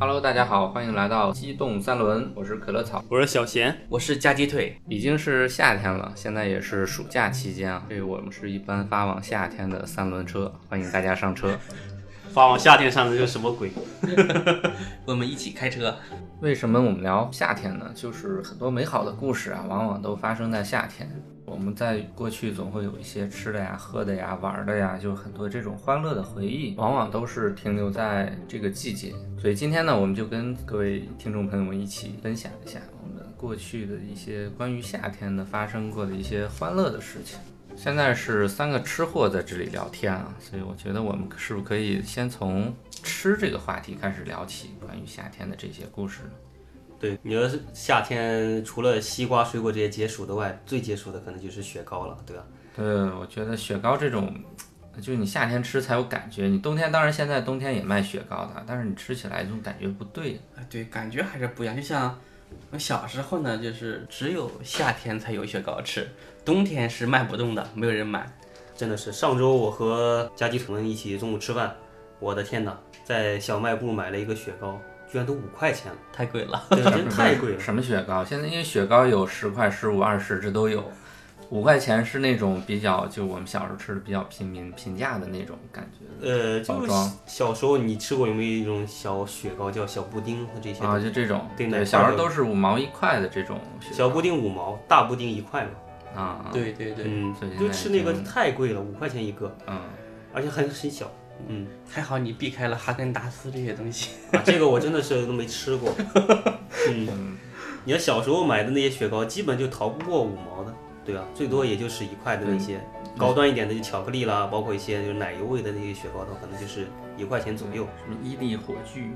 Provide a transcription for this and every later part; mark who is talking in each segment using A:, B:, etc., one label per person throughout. A: Hello，大家好，欢迎来到机动三轮，我是可乐草。
B: 我是小贤，
C: 我是夹鸡腿，
A: 已经是夏天了，现在也是暑假期间啊，所以我们是一般发往夏天的三轮车，欢迎大家上车。
B: 发往夏天上的是什么鬼？
C: 我们一起开车。
A: 为什么我们聊夏天呢？就是很多美好的故事啊，往往都发生在夏天。我们在过去总会有一些吃的呀、喝的呀、玩的呀，就很多这种欢乐的回忆，往往都是停留在这个季节。所以今天呢，我们就跟各位听众朋友们一起分享一下我们过去的一些关于夏天的发生过的一些欢乐的事情。现在是三个吃货在这里聊天啊，所以我觉得我们是不是可以先从吃这个话题开始聊起，关于夏天的这些故事呢？
B: 对，你说是夏天除了西瓜、水果这些解暑的外，最解暑的可能就是雪糕了，对吧？
A: 对，我觉得雪糕这种，呃就你夏天吃才有感觉。你冬天当然现在冬天也卖雪糕的，但是你吃起来就感觉不 对。
C: 啊，对，感觉还是不一样。就像我小时候呢，就是只有夏天才有雪糕吃，冬天是卖不动的，没有人买。
B: 真的是，上周我和家鸡屯一起中午吃饭，我的天哪，在小卖部买了一个雪糕，居然都五块钱了，
C: 太贵 了。
B: 这真太贵了。
A: 什么雪糕？现在因为雪糕有十块、十五、二十，这都有。五块钱是那种比较，就我们小时候吃的比较平民平价的那种感觉。
B: 呃，
A: 包
B: 就是
A: 装
B: 小时候你吃过有没有一种小雪糕叫小布丁和这些
A: 啊，
B: 东西？
A: 就这种，
B: 对奶
A: 对，
B: 块
A: 小时候
B: 的
A: 都是五毛一块的这种雪
B: 小布丁五毛，大布丁一块嘛。
A: 糕啊，
C: 对对对，
B: 嗯
A: 最近，
B: 就
A: 在
B: 吃那个
A: 已经
B: 太贵了，五块钱一个，
A: 嗯，
B: 而且很很小。嗯，
C: 还好你避开了哈根达斯这些东西。
B: 啊，这个我真的是都没吃过。嗯，你要小时候买的那些雪糕，基本就逃不过五毛的，对吧？最多也就是一块的那些，高端一点的就巧克力啦，包括一些就是奶油味的那些雪糕的话，可能就是一块钱左右。
A: 什么伊利火炬，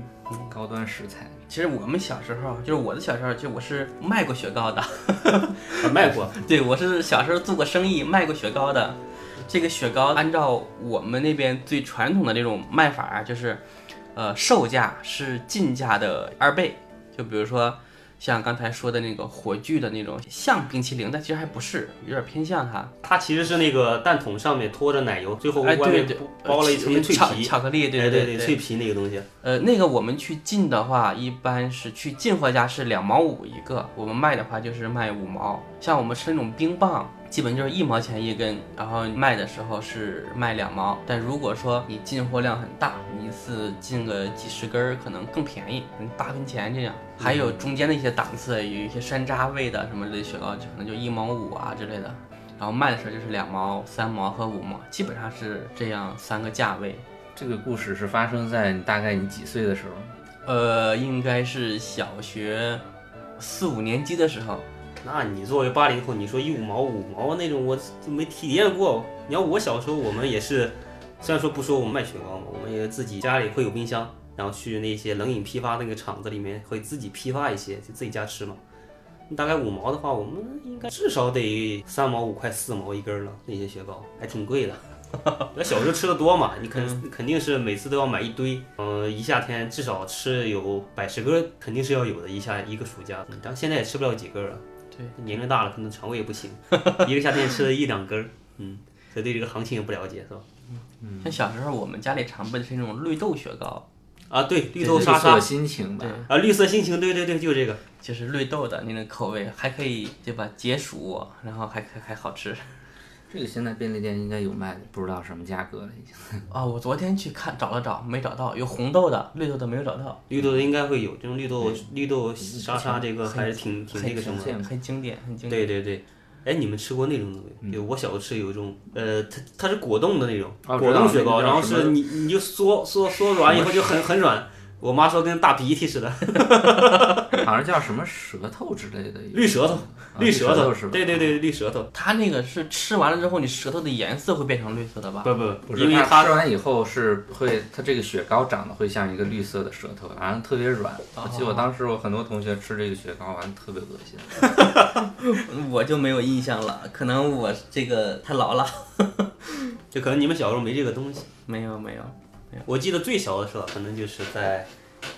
A: 高端食材，
C: 其实我们小时候，就是我的小时候，就我是卖过雪糕的。嗯
B: 啊，卖 过，
C: 对，我是小时候做过生意，卖过雪糕的。这个雪糕按照我们那边最传统的那种卖法啊，就是，呃，售价是进价的二倍。就比如说像刚才说的那个火炬的那种，像冰淇淋，但其实还不是，有点偏向它。
B: 它其实是那个蛋筒上面托着奶油，最后
C: 哎，
B: 外
C: 对
B: 面
C: 对，
B: 包了一层脆
C: 呃巧
B: 皮。
C: 巧克力，对
B: 哎
C: 对
B: 对脆皮那个东西，
C: 呃，那个我们去进的话，一般是去进货价是两毛五一个，我们卖的话就是卖五毛。像我们吃那种冰棒，基本就是一毛钱一根，然后卖的时候是卖两毛。但如果说你进货量很大，你一次进个几十根儿，可能更便宜，可能八分钱这样。还有中间的一些档次，有一些山楂味的什么类的雪糕，就可能就一毛五啊之类的。然后卖的时候就是两毛、三毛和五毛，基本上是这样三个价位。
A: 这个故事是发生在你大概你几岁的时候？
C: 呃，应该是小学四五年级的时候。
B: 那你作为八零后，你说一五毛五毛那种，我就没体验过。你要我小时候，我们也是，虽然说不说我们卖雪糕嘛，我们也自己家里会有冰箱，然后去那些冷饮批发那个厂子里面会自己批发一些，就自己家吃嘛。大概五毛的话，我们应该至少得三毛、五块、四毛一根儿了，那些雪糕还挺贵的。 那小时候吃的多嘛，你肯肯定是每次都要买一堆，嗯、一夏天至少吃有百十根儿，肯定是要有的，一下一个暑假。嗯但现在也吃不了几根儿了。年龄大了，可能肠胃也不行，一个夏天吃了一两根儿，嗯，所以对这个行情也不了解，是吧？嗯
C: 像小时候我们家里常备的是那种绿豆雪糕，
B: 啊，对，绿豆沙
A: 沙
B: 沙
A: 心情吧。
B: 啊，绿色心情，对对对，就这个，
C: 就是绿豆的那种口味，还可以对吧？解暑，然后还还还好吃。
A: 这个现在便利店应该有卖的，不知道什么价格了已经。
C: 啊、我昨天去看找了找，没找到，有红豆的，绿豆的没有找到，
B: 绿豆的应该会有这种绿豆绿豆沙沙，这个还是挺挺那个什么。
A: 见
C: 很经典，很经
B: 对
C: 典。
B: 对对，哎，你们吃过那种东
A: 嗯
B: 西？有我小时候吃有一种，呃，它它是果冻的那种，
A: 哦
B: 果冻雪
A: 知道
B: 糕，然后
A: 那个叫
B: 是你你就缩缩缩软以后就很很软，我妈说跟大鼻涕似的，
A: 好像叫什么舌头之类的。
B: 绿舌头，
A: 啊
B: 绿
A: 舌
B: 舌头
A: 是，吧？
B: 对对对，绿舌头，
C: 它那个是吃完了之后，你舌头的颜色会变成绿色的吧？
B: 不不
A: 不
B: 不，
A: 是，
B: 因为
A: 它吃完以后是会，它这个雪糕长得会像一个绿色的舌头，好像特别软。
B: 哦
A: 我记得我当时我很多同学吃这个雪糕，完了特别恶心。
C: 我就没有印象了，可能我这个太老了。
B: 就可能你们小时候没这个东西。
C: 没有没有，哎
B: 我记得最小的时候，可能就是在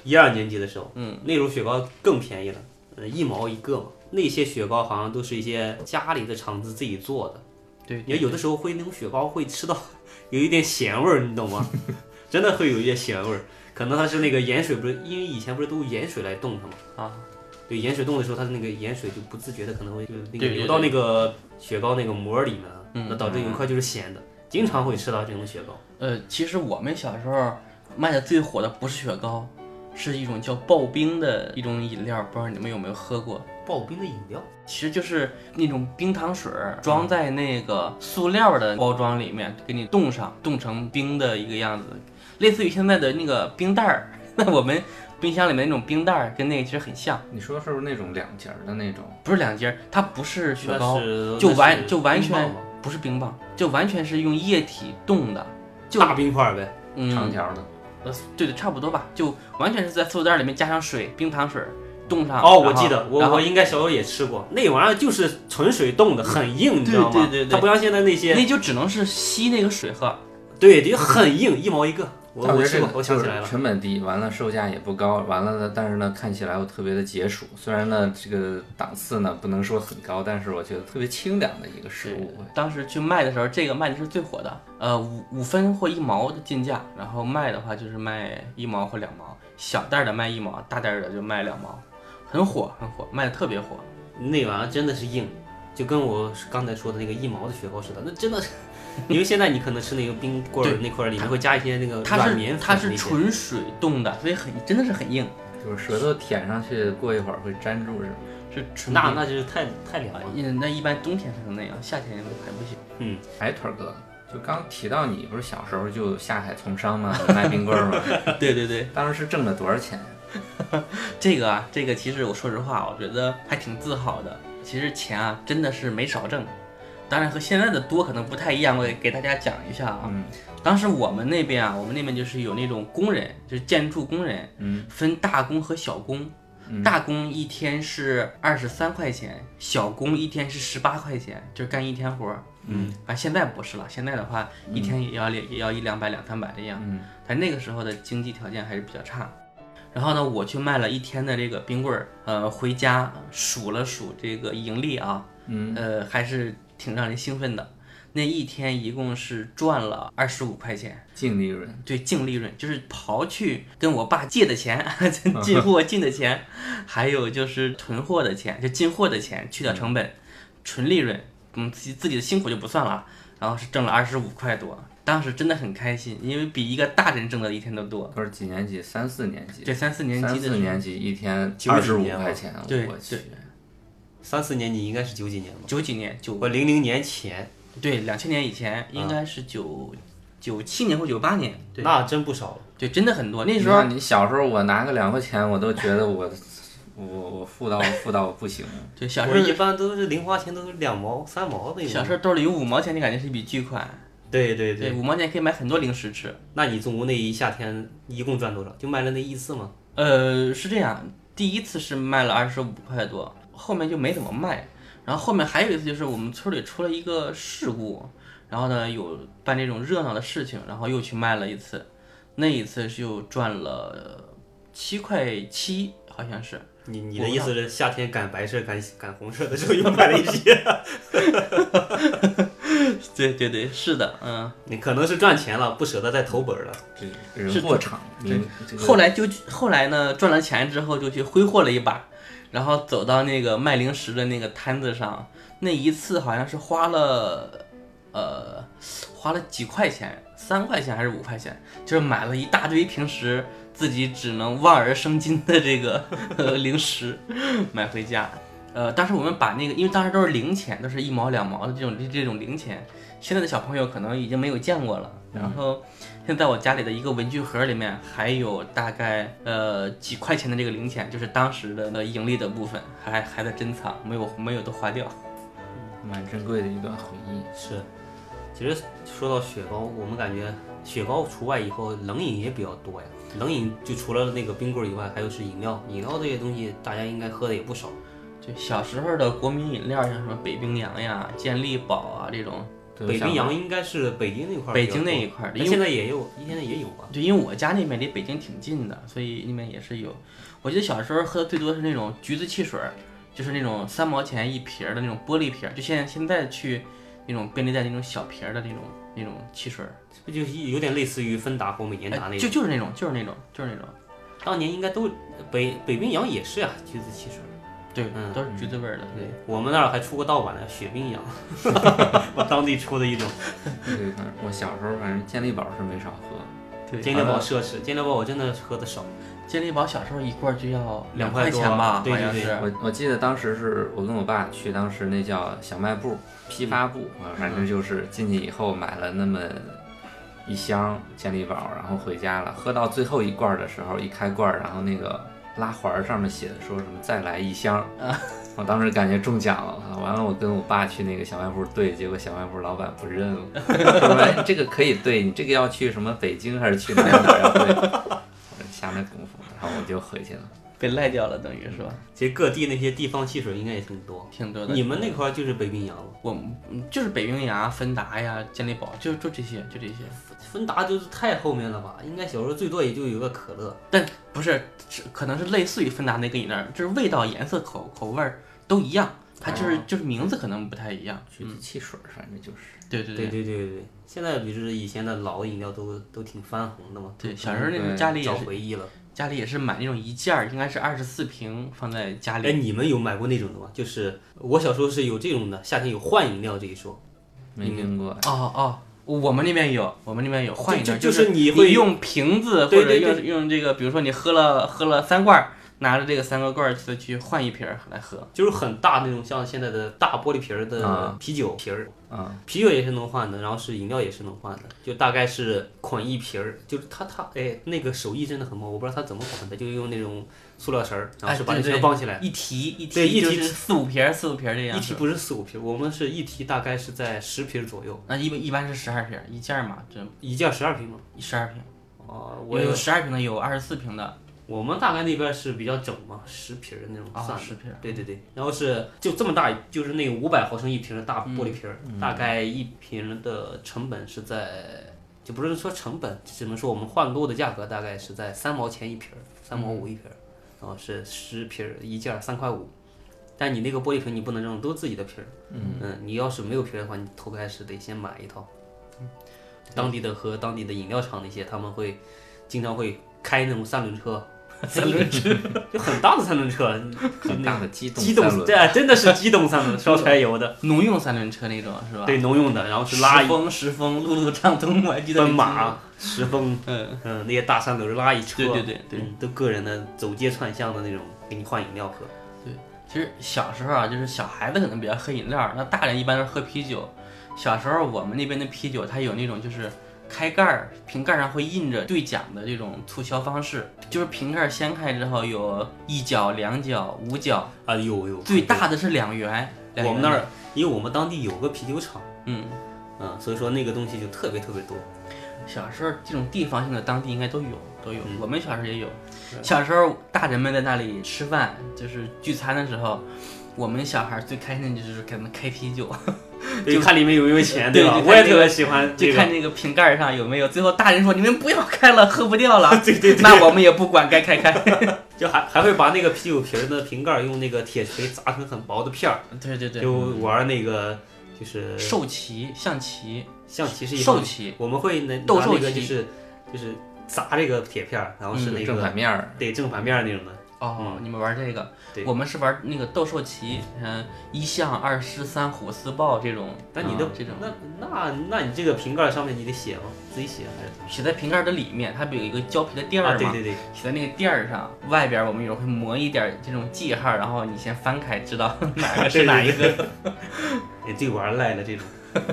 B: 一二年级的时候，嗯，那时候雪糕更便宜了，呃，一毛一个嘛。那些雪糕好像都是一些家里的厂子自己做的，
C: 对，
B: 你看有的时候会那种雪糕会吃到有一点咸味儿，你懂吗？真的会有一些咸味儿。可能它是那个盐水，不是因为以前不是都用盐水来冻它嘛？
C: 啊，
B: 对，盐水冻的时候，它的那个盐水就不自觉的可能会就那个
C: 对对嗯
B: 流到那个雪糕那个膜里面了，那导致有一块就是咸的。经常会吃到这种雪糕，
C: 呃，其实我们小时候卖的最火的不是雪糕，是一种叫刨冰的一种饮料，不知道你们有没有喝过？
B: 刨冰的饮料，
C: 其实就是那种冰糖水儿装在那个塑料的包装里面，给你冻上，冻成冰的一个样子，类似于现在的那个冰袋儿。那我们冰箱里面那种冰袋儿跟那个其实很像，
A: 你说是不是那种两节儿的那种？
C: 不是两节儿，它不是雪糕
B: 那，是
C: 就
B: 那是
C: 完就完
B: 冰棒
C: 全
B: 嘛
C: 不是冰棒，就完全是用液体冻的，就
B: 大冰块儿呗，
C: 嗯，
A: 长条的，
C: 呃，对对，差不多吧，就完全是在塑料袋里面加上水，冰糖水冻上。
B: 哦，我
C: 然后
B: 记得，我
C: 然后
B: 我应该小时候也吃过，那玩意儿就是纯水冻的，很硬，你知道吗？
C: 对对对对
B: 它不像现在那些，
C: 那就只能是吸那个水喝。
B: 对，就很硬，一毛一个。我
A: 但
B: 我
A: 觉得
B: 吃
A: 这
B: 过
A: 个，
B: 我想
A: 就
B: 起
A: 是
B: 来了，
A: 成本低，完了售价也不高，完了呢，但是呢，看起来又特别的解暑。虽然呢，这个档次呢不能说很高，但是我觉得特别清凉的一个食物。
C: 当时去卖的时候，这个卖的是最火的，呃，五五分或一毛的进价，然后卖的话就是卖一毛或两毛，小袋儿的卖一毛，大袋儿的就卖两毛，很火很火，卖的特别火。
B: 那玩意儿真的是硬，就跟我刚才说的那个一毛的雪糕似的，那真的是。因为现在你可能吃那个冰棍儿
C: 对
B: 那块儿里面会加一些那个
C: 它
B: 呃软
C: 是
B: 绵
C: 它
B: 粉
C: 是
B: 那些，
C: 纯水冻的，所以很真的是很硬，
A: 就是舌头舔上去，过一会儿会粘住，是吧？
C: 是纯
B: 那
C: 冰
B: 那就是太太凉了。
C: 嗯那一般冬天才能那样，夏天还不行。
A: 哎，腿儿哥，就刚提到你不是小时候就下海从商吗？卖冰棍儿吗？
C: 对对对，
A: 当时挣了多少钱？
C: 这个啊，这个其实我说实话，我觉得还挺自豪的。其实钱啊，真的是没少挣，当然和现在的多可能不太一样，我也给大家讲一下啊。
A: 嗯
C: 当时我们那边啊，我们那边就是有那种工人，就是建筑工人，
A: 嗯，
C: 分大工和小工。大工一天是二十三块钱，小工一天是十八块钱，就是干一天活儿。
B: 嗯，
C: 啊，现在不是了，现在的话一天也要、也要一两百两三百这样。
A: 嗯，
C: 但那个时候的经济条件还是比较差。然后呢，我去卖了一天的这个冰棍儿，呃，回家数了数这个盈利啊，
A: 嗯，
C: 呃，还是挺让人兴奋的。那一天一共是赚了二十五块钱，
A: 净利润。
C: 对，净利润就是刨去跟我爸借的钱、
B: 嗯
C: 进货进的钱，还有就是囤货的钱，就进货的钱去掉成本，纯利润，嗯，自己自己的辛苦就不算了，然后是挣了二十五块多，当时真的很开心，因为比一个大人挣的一天都多。
A: 都是几年级？三四年级。
C: 这三四年级
A: 三
C: 的
A: 四年级一天
B: 九
A: 二
B: 几
A: 十五
B: 年了
A: 块钱，
C: 对
A: 我去
C: 对，
B: 三四年你应该是九几年吧？
C: 九几年九
B: 我零零年前，
C: 对两千年以前
B: 嗯
C: 应该是九九七年或九八年，对
B: 那真不少了。
C: 对，真的很多。那
A: 你
C: 时候
A: 说你小时候，我拿个两块钱，我都觉得我我我富到富到我不行了。
C: 对小时
B: 我嗯一
C: 候
B: 般都是零花钱都是两毛三毛那种。
C: 小时候兜里有五毛钱，就感觉是一笔巨款。
B: 对对对
C: 对，，五毛钱可以买很多零食吃。
B: 那你总共那一夏天一共赚多少？就卖了那一次吗？
C: 呃，是这样，第一次是卖了二十五块多，后面就没怎么卖。然后后面还有一次就是我们村里出了一个事故，然后呢有办这种热闹的事情，然后又去卖了一次，那一次就赚了七块七，好像是。
B: 你你的意思是夏天赶白事赶赶红事的时候又卖了一些，
C: 对对对，是的，嗯。
B: 你可能是赚钱了，不舍得再投本了。
A: 这人过场，你这个
C: 后来就后来呢，赚了钱之后就去挥霍了一把，然后走到那个卖零食的那个摊子上，那一次好像是花了，呃，花了几块钱，三块钱还是五块钱，就是买了一大堆平时自己只能望而生津的这个呃零食，买回家。呃，当时我们把那个，因为当时都是零钱，都是一毛两毛的这种这种零钱，现在的小朋友可能已经没有见过了。然后现在我家里的一个文具盒里面还有大概呃几块钱的这个零钱，就是当时的呃盈利的部分，还还在珍藏，没有没有都花掉。
A: 蛮珍贵的一段回忆。
B: 是，其实说到雪糕，我们感觉雪糕除外以后，冷饮也比较多呀。冷饮就除了那个冰棍儿以外，还有是饮料，饮料这些东西大家应该喝的也不少。
C: 对，小时候的国民饮料啊像什么北冰洋呀、健力宝啊这种，
A: 对
B: 北冰，
A: 我
B: 洋应该是北京那块儿比
C: 北
B: 较多，
C: 京那一块儿的，
B: 但
C: 因为
B: 现在也有，现在也有啊吧。
C: 对，因为我家那边离北京挺近的，所以那边也是有。我记得小时候喝的最多是那种橘子汽水儿，就是那种三毛钱一瓶儿的那种玻璃瓶儿，就现在现在去那种便利店那种小瓶儿的那种那种汽水儿，
B: 这就有点类似于芬达或美年达那
C: 哎
B: 种。
C: 就就是那种就是那种就是那种，
B: 当年应该都北北冰洋也是呀、啊橘子汽水。
C: 对，
B: 嗯
C: 都是橘子味儿的。
B: 对我们那儿还出过盗版的雪冰洋， 当地出的一种。
A: 对，反正我小时候反正健力宝是没少喝，
C: 对
B: 健力宝奢侈，健力宝我真的喝的少。
C: 健力宝小时候一罐就要
B: 两块
C: 块
B: 多
C: 钱吧，
B: 对
C: 好
B: 对
C: 像
B: 对
C: 是。
A: 我我记得当时是我跟我爸去当时那叫小卖部、批发部，啊反正就是进去以后买了那么一箱健力宝，然后回家了，喝到最后一罐的时候，一开罐，然后那个拉环儿上面写的说什么再来一箱，我当时感觉中奖了，啊完了我跟我爸去那个小卖部兑，结果小卖部老板不认我，他说哎这个可以兑，你这个要去什么北京还是去哪儿哪儿要兑， 我下那功夫，然后我就回去了。
C: 被赖掉了，等于是吧？
B: 其实各地那些地方汽水应该也挺多。
C: 挺多的。
B: 你们那块儿就是北冰洋了，
C: 我们嗯就是北冰洋、芬达呀、健力宝，就就这些，就这些。
B: 芬达就是太后面了吧？应该小时候最多也就有个可乐。
C: 但不是，是可能是类似于芬达那个饮料，就是味道、颜色、口口味儿都一样，它就是、就是名字可能不太一样。
A: 橘子汽水，反正就是。
C: 对对
B: 对对对对对，现在就是以前的老饮料都都挺翻红的嘛。
C: 对，小时候那个家里也
B: 嗯找
C: 是
B: 回忆了。
C: 家里也是买那种一件儿，应该是二十四瓶放在家
B: 哎，
C: 里。
B: 你们有买过那种的吗？就是我小时候是有这种的，夏天有换饮料这一说。
A: 没听过，
C: 哦哦，我们那边有，我们那边有换饮料，
B: 就就是就是你会
C: 用瓶子或
B: 对
C: 者
B: 对对
C: 用用这个，比如说你喝了喝了三罐儿，拿着这个三个罐儿去去换一瓶儿来喝。
B: 就是很大那种，像现在的大玻璃瓶儿的
A: 啊
B: 啤酒瓶儿，
C: 嗯
A: 啊，
B: 啤酒也是能换的，然后是饮料也是能换的，就大概是捆一瓶儿，就是他他哎那个手艺真的很棒，我不知道他怎么捆的，就用那种塑料绳儿，然后是把
C: 哎
B: 那
C: 对对
B: 绳绑起来，
C: 一提一提
B: 对一
C: 就
B: 提
C: 是四五瓶儿四五瓶儿这样
B: 一
C: 是
B: 提
C: 吧
B: 不是四五瓶儿，我们是一提大概是在十瓶儿左右，
C: 那一般一般是十二瓶儿一件儿嘛，这
B: 一件十二瓶嘛。
C: 十二瓶。
B: 哦、我
C: 我有十二瓶的，有二十四瓶的，
B: 我们大概那边是比较整嘛，十瓶儿的那种
C: 啊
B: 算的
C: 十瓶儿
B: 对对对，然后是就这么大，就是那个五百毫升一瓶的大玻璃瓶儿，大概一瓶的成本是在，就不是说成本，只能说我们换购的价格大概是在三毛钱一瓶儿，三毛五一瓶儿，然后是十瓶儿一件三块五。但你那个玻璃瓶你不能扔，都自己的瓶儿。嗯你要是没有瓶儿的话，你头开始得先买一套。当地的和当地的饮料厂那些，他们会经常会开那种三轮车，三轮车 就很大的三轮车，就
A: 很
B: 那
A: 大的机动
B: 机动
A: 三，轮
B: 对啊，真的是机动三轮，烧柴油的，
C: 农用三轮车那种 是吧？
B: 对，农用的，然后是 拉
C: 十
B: 一
C: 风十风路路畅通，我还记得
B: 奔
C: 很清楚。
B: 马、石峰，
C: 嗯，
B: 嗯，那些大三轮拉一车，
C: 对对对对。
B: 嗯，都个人的走街串巷的那种，给你换饮料喝。
C: 其实小时候啊，就是小孩子可能比较喝饮料，那大人一般都是喝啤酒。小时候我们那边的啤酒，它有那种就是开盖儿，瓶盖上会印着兑奖的这种促销方式，就是瓶盖掀开之后有一角、两角、五角，
B: 啊，有有，
C: 最大的是两元。哎两
B: 我们
C: 元
B: 那儿，因为我们当地有个啤酒厂，
C: 嗯，
B: 嗯，所以说那个东西就特别特 别多。
C: 小时候这种地方性的当地应该都有，都有。
B: 嗯
C: 我们小时候也有。
B: 对
C: 小时候大人们在那里吃饭，就是聚餐的时候，我们小孩最开心的就是给他们开啤酒，
B: 就看里面有没有钱，
C: 对
B: 吧？
C: 就看
B: 我也
C: 那
B: 特
C: 个
B: 别喜欢这
C: 就
B: 个
C: 看。那个瓶盖上有没有。最后大人说：“你们不要开了，喝不掉了。”
B: 对对对
C: 那我们也不管，该开开。
B: 就还还会把那个啤酒瓶儿的瓶盖儿用那个铁锤砸成很薄的片儿，
C: 对对嗯对，
B: 就玩儿那个就是
C: 兽棋、象棋、
B: 象棋是一方
C: 兽
B: 面，
C: 棋，
B: 我们会拿拿
C: 斗兽
B: 那个就
C: 棋
B: 是就是砸这个铁片儿，然后是
C: 嗯
B: 那
A: 正
B: 个
A: 反面儿，
B: 对正反面儿那种的，
C: 哦，你们玩这个
B: 对，
C: 我们是玩那个斗兽棋，嗯，一象、二狮、三虎、四豹这种。
B: 但你的、
C: 啊这种
B: 那那那你这个瓶盖儿上面你得写吗？自己写还是？
C: 写在瓶盖的里面，它不有一个胶皮的垫
B: 啊，
C: 儿
B: 对
C: 吗？
B: 对对，
C: 写在那个垫儿上，外边儿我们有时候会磨一点儿这种记号，然后你先翻开，知 道哪个是哪一个。
B: 哎，这玩意儿赖了这种。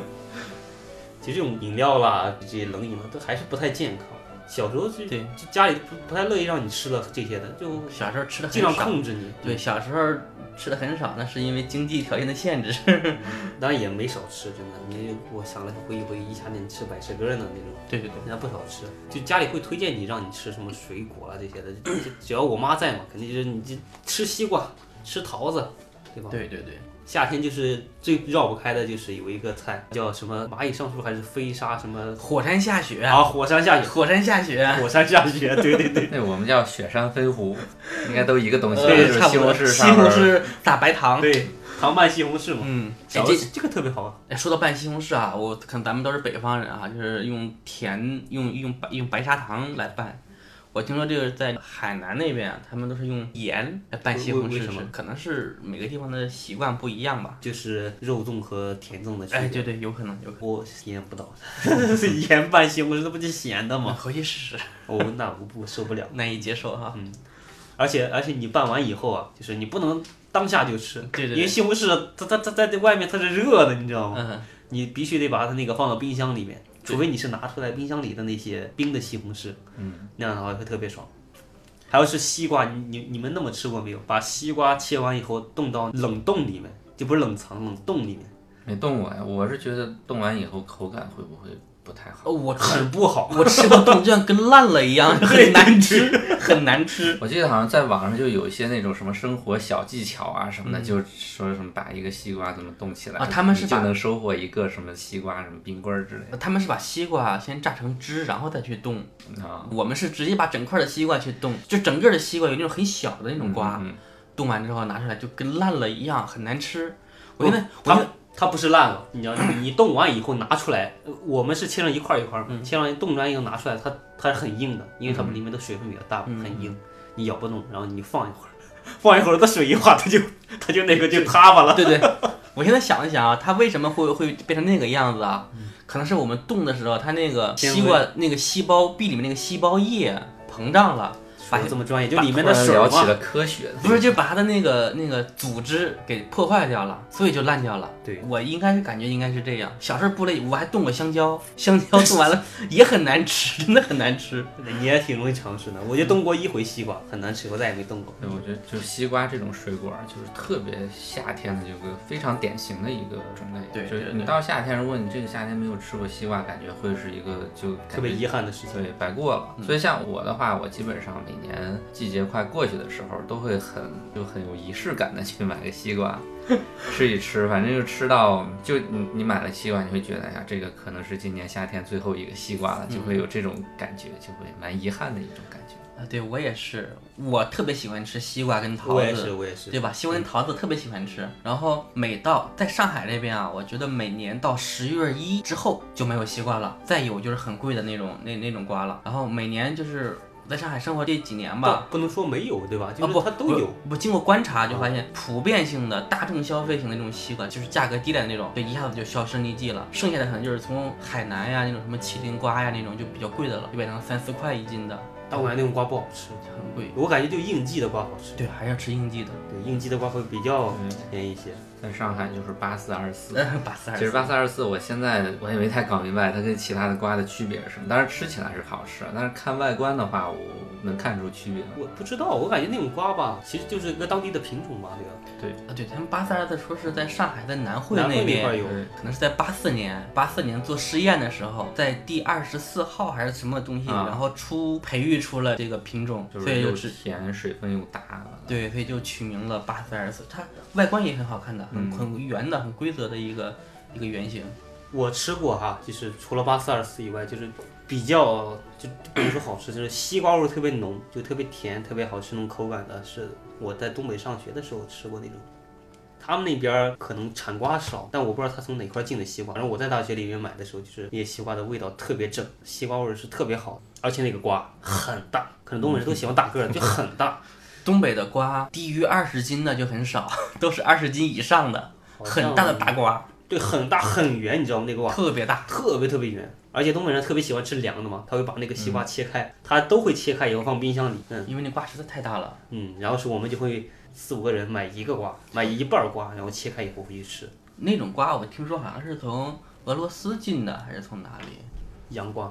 B: 其实这种饮料啦，这些冷饮啦，啊都还是不太健康。小时候就
C: 对
B: 就家里不不太乐意让你吃了这些的，就
C: 小时候吃的
B: 尽
C: 很
B: 量
C: 少，
B: 控制你。
C: 对，小时候吃的很少，那是因为经济条件的限制。
B: 当然也没少吃，真的。你我想了回忆回忆，一下子吃百事根儿呢那种，
C: 对对对，
B: 人家不少吃。就家里会推荐你让你吃什么水果啊啦这些的，就就只要我妈在嘛，肯定就是你就吃西瓜，吃桃子，对吧？
C: 对对对，
B: 夏天就是最绕不开的就是有一个菜叫什么蚂蚁上树还是飞沙什么
C: 呃火山下雪，
B: 啊，火山下雪，
C: 火山下雪，
B: 火山下雪，对 对对，
A: 那我们叫雪山飞狐，应该都一个东西，
C: 呃
A: 就是
C: 差
A: 西
C: 不多。
A: 红柿
C: 西
A: 上
C: 红
A: 面儿
C: 柿撒白糖，
B: 对，糖拌西红柿嘛，
C: 嗯，哎
B: 饺
C: 这
B: 子这个特别好啊。
C: 哎，说到拌西红柿啊，我可能咱们都是北方人啊，就是用甜用用白用白砂糖来拌。我听说这个在海南那边啊，他们都是用盐来拌西
B: 为
C: 红
B: 为
C: 柿
B: 什
C: 吃
B: 么，
C: 可能是每个地方的习惯不一样吧。
B: 就是肉粽和甜粽的区别。
C: 哎，对对，有可能有可
B: 我体验不到， 盐拌西红柿那不就咸的
C: 能，
B: 吗？
C: 回去试试，
B: 我那我不受不了。
C: 难以接受哈。
B: 而且而且你拌完以后啊，就是你不能当下就吃，
C: 对对对
B: 因为西红柿它它它在外面它是热的，你知道吗？
C: 嗯，
B: 你必须得把它那个放到冰箱里面，除非你是拿出来冰箱里的那些冰的西红柿，嗯，那样的话会特别爽。还有是西瓜，你你你们那么吃过没有？把西瓜切完以后冻到冷冻里面，就不是冷藏，冷冻里面
A: 没冻过呀，我是觉得冻完以后口感会不会不太好？
C: 哦，我
B: 很不好。
C: 我吃过冻，就像跟烂了一 样，很难吃，很难吃。
A: 我记得好像在网上就有一些那种什么生活小技巧啊什么的，就说什么把一个西瓜怎么冻起来，
C: 嗯啊他们是
A: 你就
C: 把
A: 能收获一个什么西瓜什么冰棍儿之类
C: 他们是把西瓜先榨成汁，然后再去冻。
A: 的啊。
C: 我们是直接把整块的西瓜去冻，就整个的西瓜有那种很小的那种瓜，
A: 嗯
C: 冻完之后拿出来就跟烂了一样，很难吃。 我
B: 不
C: 现在我
B: 它
C: 现在
B: 它不是烂 了，你知道，你冻完以后拿出来，呃我们是切成一块儿一块儿嘛，切完冻完以后拿出来，它它是很硬的，因为它们里面的水分比较大，很硬，你咬不动，然后你放一会儿， 放一会儿，它水一化，它就 它就那个就塌巴了。
C: 对对，我现在想一想啊，它为什么会会变成那个样子啊？
A: 嗯
C: 可能是我们冻的时候，它那个
B: 纤
C: 西瓜那个细胞壁里面那个细胞液膨胀了，
B: 说得这么专业，就里面
A: 突
B: 的
A: 然
B: 水
A: 聊
B: 嘛
A: 起，了科学，
C: 不是就把它的那个那个组织给破坏掉了，所以就烂掉了。
B: 对
C: 我应该是感觉应该是这样。小时候不累，我还冻过香蕉，香蕉冻完了 也很难吃，真的很难吃。
B: 你也挺容易尝试的。我就冻过一回西瓜，很难吃，我再也没冻过。
A: 对，我觉得就是西瓜这种水果儿，就是特别夏天的，有个非常典型的一个种类。
C: 对
A: 就是
C: 对
A: 你
C: 对
A: 到夏天，如果你这个夏天没有吃过西瓜，感觉会是一个就感觉
B: 特别遗憾的事情，
A: 对白过了。所以像我的话，我基本上每年季节快过去的时候，都会很就很有仪式感的去买个西瓜吃一吃，反正就吃到就你你买了西瓜，你会觉得哎呀，这个可能是今年夏天最后一个西瓜了，就会有这种感觉，就会蛮遗憾的一种感觉。
C: 啊，对我也是，我特别喜欢吃西瓜跟桃
B: 我也是，
C: 子，
B: 我也是。嗯
C: 对吧？西瓜跟桃子特别喜欢吃。然后每到在上海这边啊，我觉得每年到十月一之后就没有西瓜了，再有就是很贵的那种那那种瓜了。然后每年就是在上海生活这几年吧，
B: 不不能说没有，对吧？就
C: 啊
B: 是
C: 不，
B: 它都有。嗯
C: 我经过观察就发现，普遍性的大众消费型的这种西瓜，就是价格低的那种，就一下子就销声匿迹了。剩下的可能就是从海南呀那种什么麒麟瓜呀那种就比较贵的了，就变成三四块一斤的，
B: 但我感觉那种瓜不好吃，
C: 很贵。
B: 我感觉就应季的瓜好吃。
C: 对，还是要吃应季的。
B: 对，应季的瓜会比较
A: 嗯
B: 便宜一些。
A: 在上海就是八四二四。
C: 嗯，把四二
A: 其实八四二十四，我现在我也没太搞明白它跟其他的瓜的区别是什么，但是吃起来是好吃，但是看外观的话，我能看出区别。
B: 我不知道，我感觉那种瓜吧，其实就是一个当地的品种吧，对吧？
C: 啊，对他们八四二四说是在上海，在南汇
B: 南汇那块
C: 边。
B: 有，
A: 对
C: 可能是在八四年，八四年做试验的时候，在第二十四号还是什么东西，
A: 啊
C: 然后出培育出了这个品种，
A: 就
C: 所
A: 是
C: 以
A: 又
C: 就是
A: 甜，水分又大。
C: 对，所以就取名了八四二四，它外观也很好看的，很很圆的，很规则的一个一个圆形。
B: 我吃过哈，就是除了八四二四以外，就是比较就不能说好吃，就是西瓜味特别浓，就特别甜，特别好吃那种口感的，是我在东北上学的时候吃过那种。他们那边儿可能产瓜少，但我不知道他从哪块儿进的西瓜。反正我在大学里面买的时候，就是那些西瓜的味道特别正，西瓜味儿是特别好，而且那个瓜很大，可能东北人都喜欢大个儿的，就很大，
C: 东北的瓜低于二十斤的就很少， 都是二十斤以上的，
B: 好像
C: 很大的大瓜，
B: 对，很大很圆，你知道吗？那个瓜
C: 特别大。
B: 特别特别圆，而且东北人特别喜欢吃凉的嘛，他会把那个西瓜切开，他都会切开以后放冰箱里，嗯
C: 因为那瓜实在太大了，
B: 嗯，然后是我们就会四五个人买一个瓜，买一半儿瓜，然后切开以后回去吃
C: 那种瓜我听说好像是从俄罗斯进的，还是从哪里？
B: 洋瓜。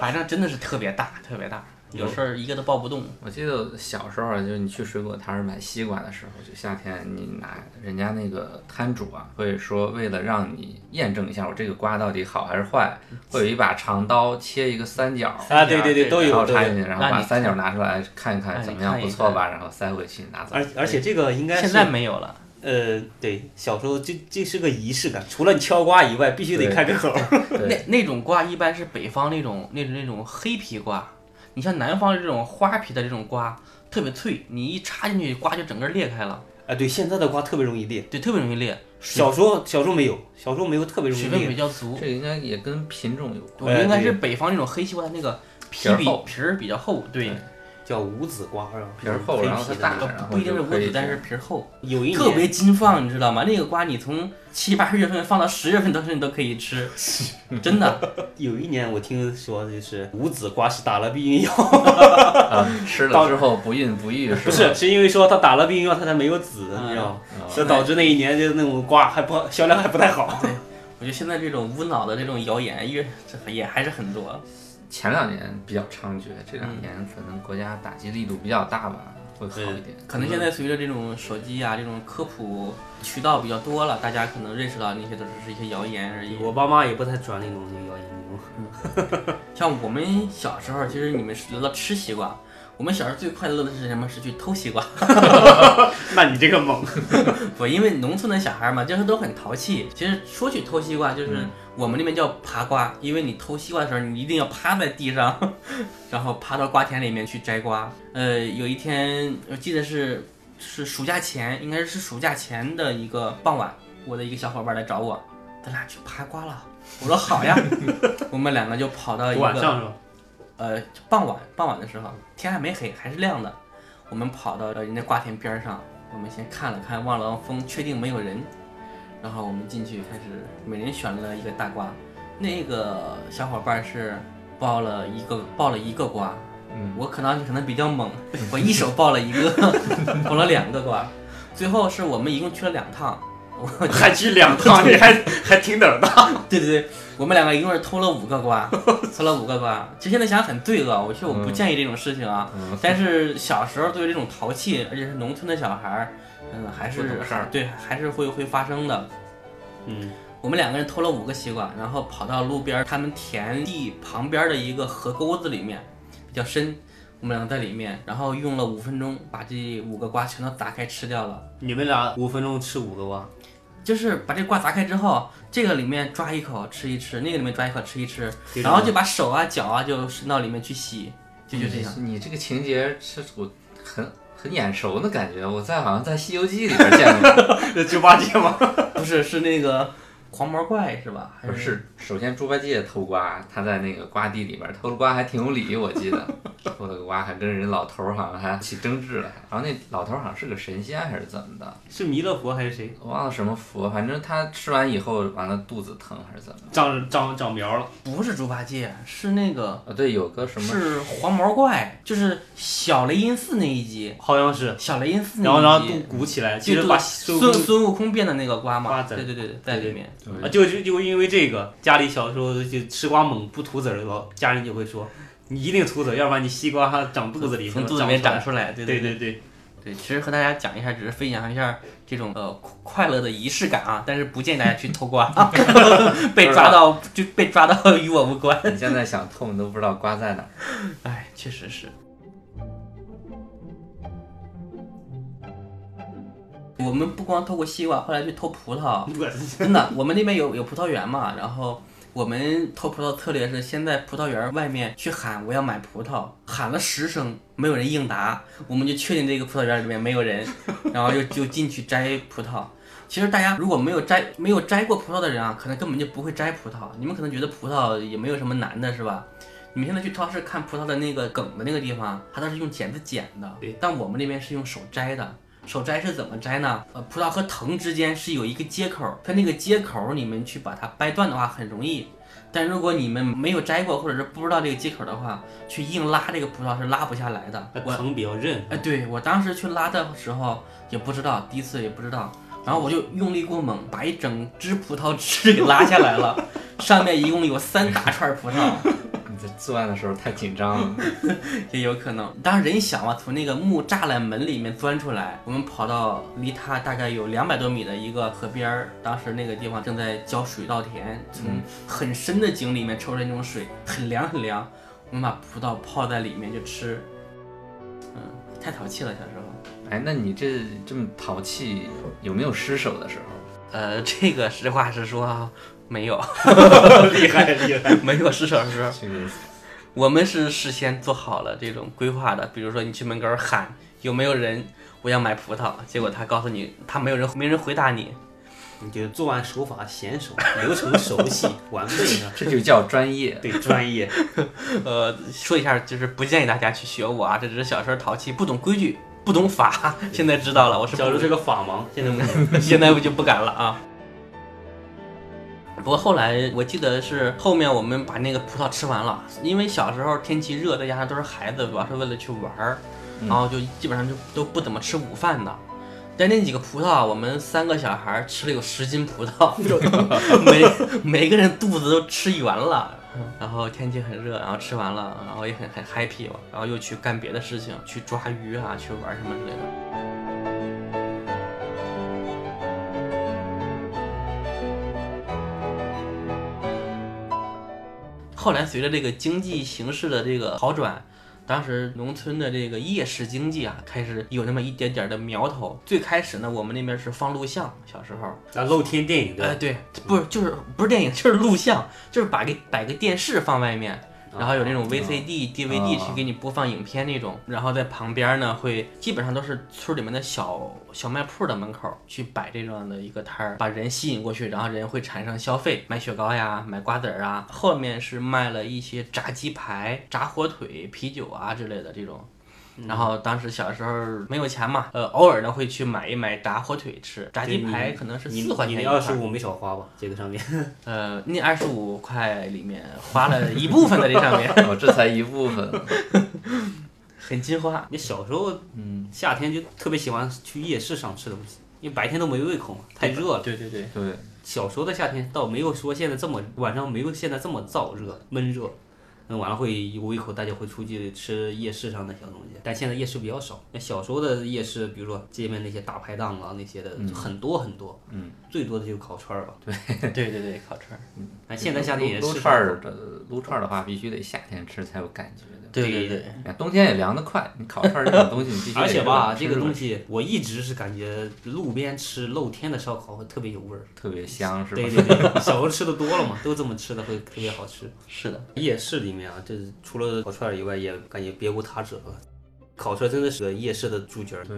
C: 反正真的是特别大，特别大，有时候一个都抱不动。
A: 我记得小时候，啊就是你去水果摊儿买西瓜的时候，就夏天你拿人家那个摊主啊，会说为了让你验证一下我这个瓜到底好还是坏，会有一把长刀切一个三角，
B: 啊，对对对，都
A: 然
B: 有
A: 后
B: 都
A: 插进
B: 有。
A: 去，然后
C: 让
A: 把
C: 你
A: 三角拿出来看一
C: 让
A: 看
C: 你
A: 怎么样，
C: 看一
A: 不
C: 看
A: 错吧？然后塞回去拿走。
B: 而而且这个应该是
C: 现在没有了，
B: 呃，对，小时候这这是个仪式感，除了你敲瓜以外，必须得
A: 对
B: 开个口儿。
A: 对
C: 那那种瓜一般是北方那种那种那种黑皮瓜，你像南方这种花皮的这种瓜特别脆，你一插进去瓜就整个裂开了。
B: 哎，对，现在的瓜特别容易裂，
C: 对，特别容易裂，水
B: 小时候小时候没有，小时候没有特别容易
C: 水分
B: 裂。
C: 比较足。
A: 这应该也跟品种有关。
C: 我觉得应该是北方那种黑西瓜，它那个皮
A: 皮儿
C: 比
A: 厚
C: 皮儿比较厚，对，
B: 呃叫五子瓜，然后
A: 皮儿厚
B: 黑
A: 然后
B: 皮
A: 它
B: 的
A: 大
B: 那种
A: 然后
C: 不一定是
A: 就
C: 无
A: 可以
C: 籽，但
A: 这
C: 是
A: 样
C: 皮儿厚，
B: 有一年
C: 特别金放，你知道吗？那个瓜你从七八月份放到十月份都是你都可以吃，真的。
B: 有一年我听说就是五子瓜是打了避孕药，
A: 啊，吃了之后不孕不育是
B: 不
A: 吧？
B: 是是因为说他打了避孕药他才没有子，
C: 嗯
B: 你知道吗？这导致那一年就那种瓜还不好销量还不太好。
C: 我觉得现在这种无脑的这种谣言越这也还是很多，
A: 前两年比较猖獗，这
B: 嗯
A: 两年可能国家打击力度比较大吧，会好一点。
C: 可能现在随着这种手机啊这种科普渠道比较多了，大家可能认识到那些都只是一些谣言而已。
B: 我爸 妈也不太转那种谣言那种。
C: 像我们小时候，其实你们聊到吃西瓜，我们小时候最快乐的是什么？是去偷西瓜。
B: 那你这个猛，
C: 不，因为农村的小孩嘛，就是都很淘气。其实说起偷西瓜，就是我们那边叫爬瓜，因为你偷西瓜的时候，你一定要趴在地上， 然后爬到瓜田里面去摘瓜。呃，有一天我记得是是暑假前，应该是暑假前的一个傍晚，我的一个小伙伴来找我，咱俩去爬瓜了。我说好呀，我们两个就跑到一个
B: 晚上是吧？
C: 呃，傍晚傍晚的时候，天还没黑，还是亮的。我们跑到人家瓜田边儿上，我们先看了看，望了望风，确定没有人，然后我们进去开始，每人选了一个大瓜。那个小伙伴是抱了一个抱了一个瓜，
A: 嗯，
C: 我可能可能比较猛，我一手抱了一个， 抱了两个瓜。最后是我们一共去了两趟，我
B: 还去两趟，你还 还挺胆大。
C: 对对对，我们两个一共是偷了五个 瓜，偷了五个瓜。其实现在想想很罪恶，我觉得我
A: 嗯
C: 不建议这种事情啊。但是小时候对于这种淘气，而且是农村的小孩儿，嗯，还
A: 不
C: 是
A: 懂事儿
C: 对，还是会会发生的。
B: 嗯，
C: 我们两个人偷了五个西瓜，然后跑到路边儿他们田地旁边儿的一个河沟子里面，比较深。我们两个在里面，然后用了五分钟把这五个瓜全都砸开吃掉了。
B: 嗯你们俩五分钟吃五个瓜，
C: 就是把这瓜砸开之后，这个里面抓一口吃一吃，那个里面抓一口吃一吃，
B: 这种
C: 然后就把手啊脚啊就伸到里面去洗，就就这样。
A: 你这个情节是我很很眼熟的感觉，我在好像在《西游记》里边
B: 嗯
A: 见过。
B: 这猪八戒吗？
C: 不是，是那个黄毛怪是吧？还
A: 不是，首先猪八戒偷瓜，他在那个瓜地里边偷了瓜还挺有理，我记 得偷了个瓜还跟人老头儿好像还起争执了，然后那老头儿好像是个神仙还是怎么的，
B: 是弥勒佛还是谁？
A: 我忘了什么佛，反正他吃完以后完了肚子疼还是怎么的。
B: 长长长苗了，
C: 不是猪八戒，是那个
A: 啊，
B: 哦
A: 对，有个什么
C: 是黄毛怪，就是小雷音寺那一集，
B: 好像是。
C: 小雷音寺
B: 然后
C: 那
B: 然
C: 一
B: 后
C: 集
B: 肚，鼓起来，其
C: 就
B: 实
C: 就
B: 把孙悟
C: 孙
B: 空
C: 孙悟空变的那个瓜嘛，
B: 瓜子
C: 对对对，在里面。
A: 对
B: 啊，就就就因为这个，家里小时候就吃瓜猛不吐籽儿的时候，家人就会说，你一定吐籽儿，要不然你西瓜它长肚子里，
C: 从
B: 不
C: 肚子里面
B: 不出
C: 长
B: 来。
C: 出来，对
B: 对
C: 对
B: 对对，
C: 对，其实和大家讲一下，只是分享一下这种呃快快乐的仪式感啊，但是不建议大家去 偷瓜，被抓到就被抓到与我无关。
A: 你现在想痛你都不知道瓜在哪儿。
C: 哎，确实是。我们不光偷过西瓜，后来去偷葡萄，真的，我们那边有有葡萄园嘛，然后我们偷葡萄策略是先在葡萄园外面去喊我要买葡萄，喊了十声没有人应答，我们就确定这个葡萄园里面没有人，然后就就进去摘葡萄。其实大家如果没有摘没有摘过葡萄的人啊，可能根本就不会摘葡萄。你们可能觉得葡萄也没有什么难的，是吧？你们现在去超市看葡萄的那个梗的那个地方，它都是用剪子剪的，
B: 对
C: 但我们那边是用手摘的。手摘是怎么摘呢？呃，葡萄和藤之间是有一个接口，它那个接口你们去把它掰断的话很容易，但如果你们没有摘过或者是不知道这个接口的话，去硬拉这个葡萄是拉不下来的。
B: 它
C: 我
B: 藤比较 韧，啊
C: 哎，对我当时去拉的时候也不知道，第一次也不知道，然后我就用力过猛，把一整只葡萄枝给拉下来了，上面一共有三大串葡萄，
A: 你在作案的时候太紧张了，
C: 也有可能。当时人小嘛，从那个木栅栏门里面钻出来，我们跑到离它大概有两百多米的一个河边儿，当时那个地方正在浇水稻田，从很深的井里面抽出来那种水，很凉很凉，我们把葡萄泡在里面就吃，嗯，太淘气了，小时候。
A: 哎，那你这这么淘气，有没有失手的时候？
C: 呃， 这个实话实说啊，没有，
B: 厉害厉害。
C: 没有 失手的时候，
A: 这个
C: 我们是事先做好了这种规划的，比如说你去门口喊有没有人，我要买葡萄，结果他告诉你他没有人没人回答你，
B: 你就作案手法娴熟，流程熟悉，完备呢，
A: 这就叫专业。
B: 对，专 业。
C: 呃，说一下，就是不建议大家去学我啊，这只是小时候淘气，不懂规矩，不懂法。 现在知道了，我是不嗯
B: 小时候是个法盲，现在我
C: 现在我就不敢了啊。不过后来我记得是后面我们把那个葡萄吃完了，因为小时候天气热，再加上都是孩子，主要是为了去玩儿，然后就基本上就都不怎么吃午饭的。但那几个葡萄，我们三个小孩儿吃了有十斤葡萄， 每每个人肚子都吃圆了。然后天气很热，然后吃完了，然后也很很 happy，然后又去干别的事情，去抓鱼啊，去玩什么之类的。后来随着这个经济形势的这个好转，当时农村的这个夜市经济啊，开始有那么一点点的苗头。最开始呢，我们那边是放录像，小时候，
B: 啊，露天电影
C: 哎，
B: 的，
C: 对，不是就是不是电影，就是录像，就是把个摆个电视放外面。然后有
B: 啊
C: 那种 VCD、DVD 去给你播放影片那种，然后在旁边呢会基本上都是村里面的小小卖铺的门口去摆这样的一个摊儿，把人吸引过去，然后人会产生消费，买雪糕呀，买瓜子儿啊。后面是卖了一些炸鸡排、炸火腿、啤酒啊之类的这种。
B: 嗯
C: 然后当时小时候没有钱嘛，呃，偶尔呢会去买一买炸火腿吃，炸鸡
B: 对你
C: 排可能是
B: 你
C: 四块
B: 你
C: 钱一
B: 那
C: 块
B: 二
C: 儿。
B: 十五没少花吧？这个上面
C: 呃，那二十五块里面花了一部分在 这上面，
A: 哦，这才一部分。
C: 很金 花。
B: 你小时候，嗯，夏天就特别喜欢去夜市上吃东西，因为白天都没胃口嘛，太热了。
C: 对对对，
A: 对，
B: 小时候的夏天倒没有说现在这么晚上没有现在这么燥热闷热，那晚上会有胃口，大家会出去吃夜市上的小东西。但现在夜市比较少，那小时候的夜市，比如说街边那些大排档啊那些的，很多很多。嗯，最多的就是烤串儿吧。
C: 对对对，烤串儿。
B: 但 现在夏天也
A: 撸
B: 是
A: 撸串儿的撸串儿的话，必须得夏天吃才有感觉的。
C: 对对对，
A: 哎冬天也凉得快，你烤串儿这种东西，你必须得
B: 而且吧，
A: 吃
B: 这个
A: 了
B: 东西我一直是感觉路边吃露天的烧烤会特别有味儿。
A: 特别香，是吧？
B: 对对对，小时候吃的多了嘛，都这么吃的会特别好吃。
C: 是的，
B: 夜市里面啊，这除了烤串儿以外，也感觉别无他者了。烤串真的是个夜市的主角儿，
A: 对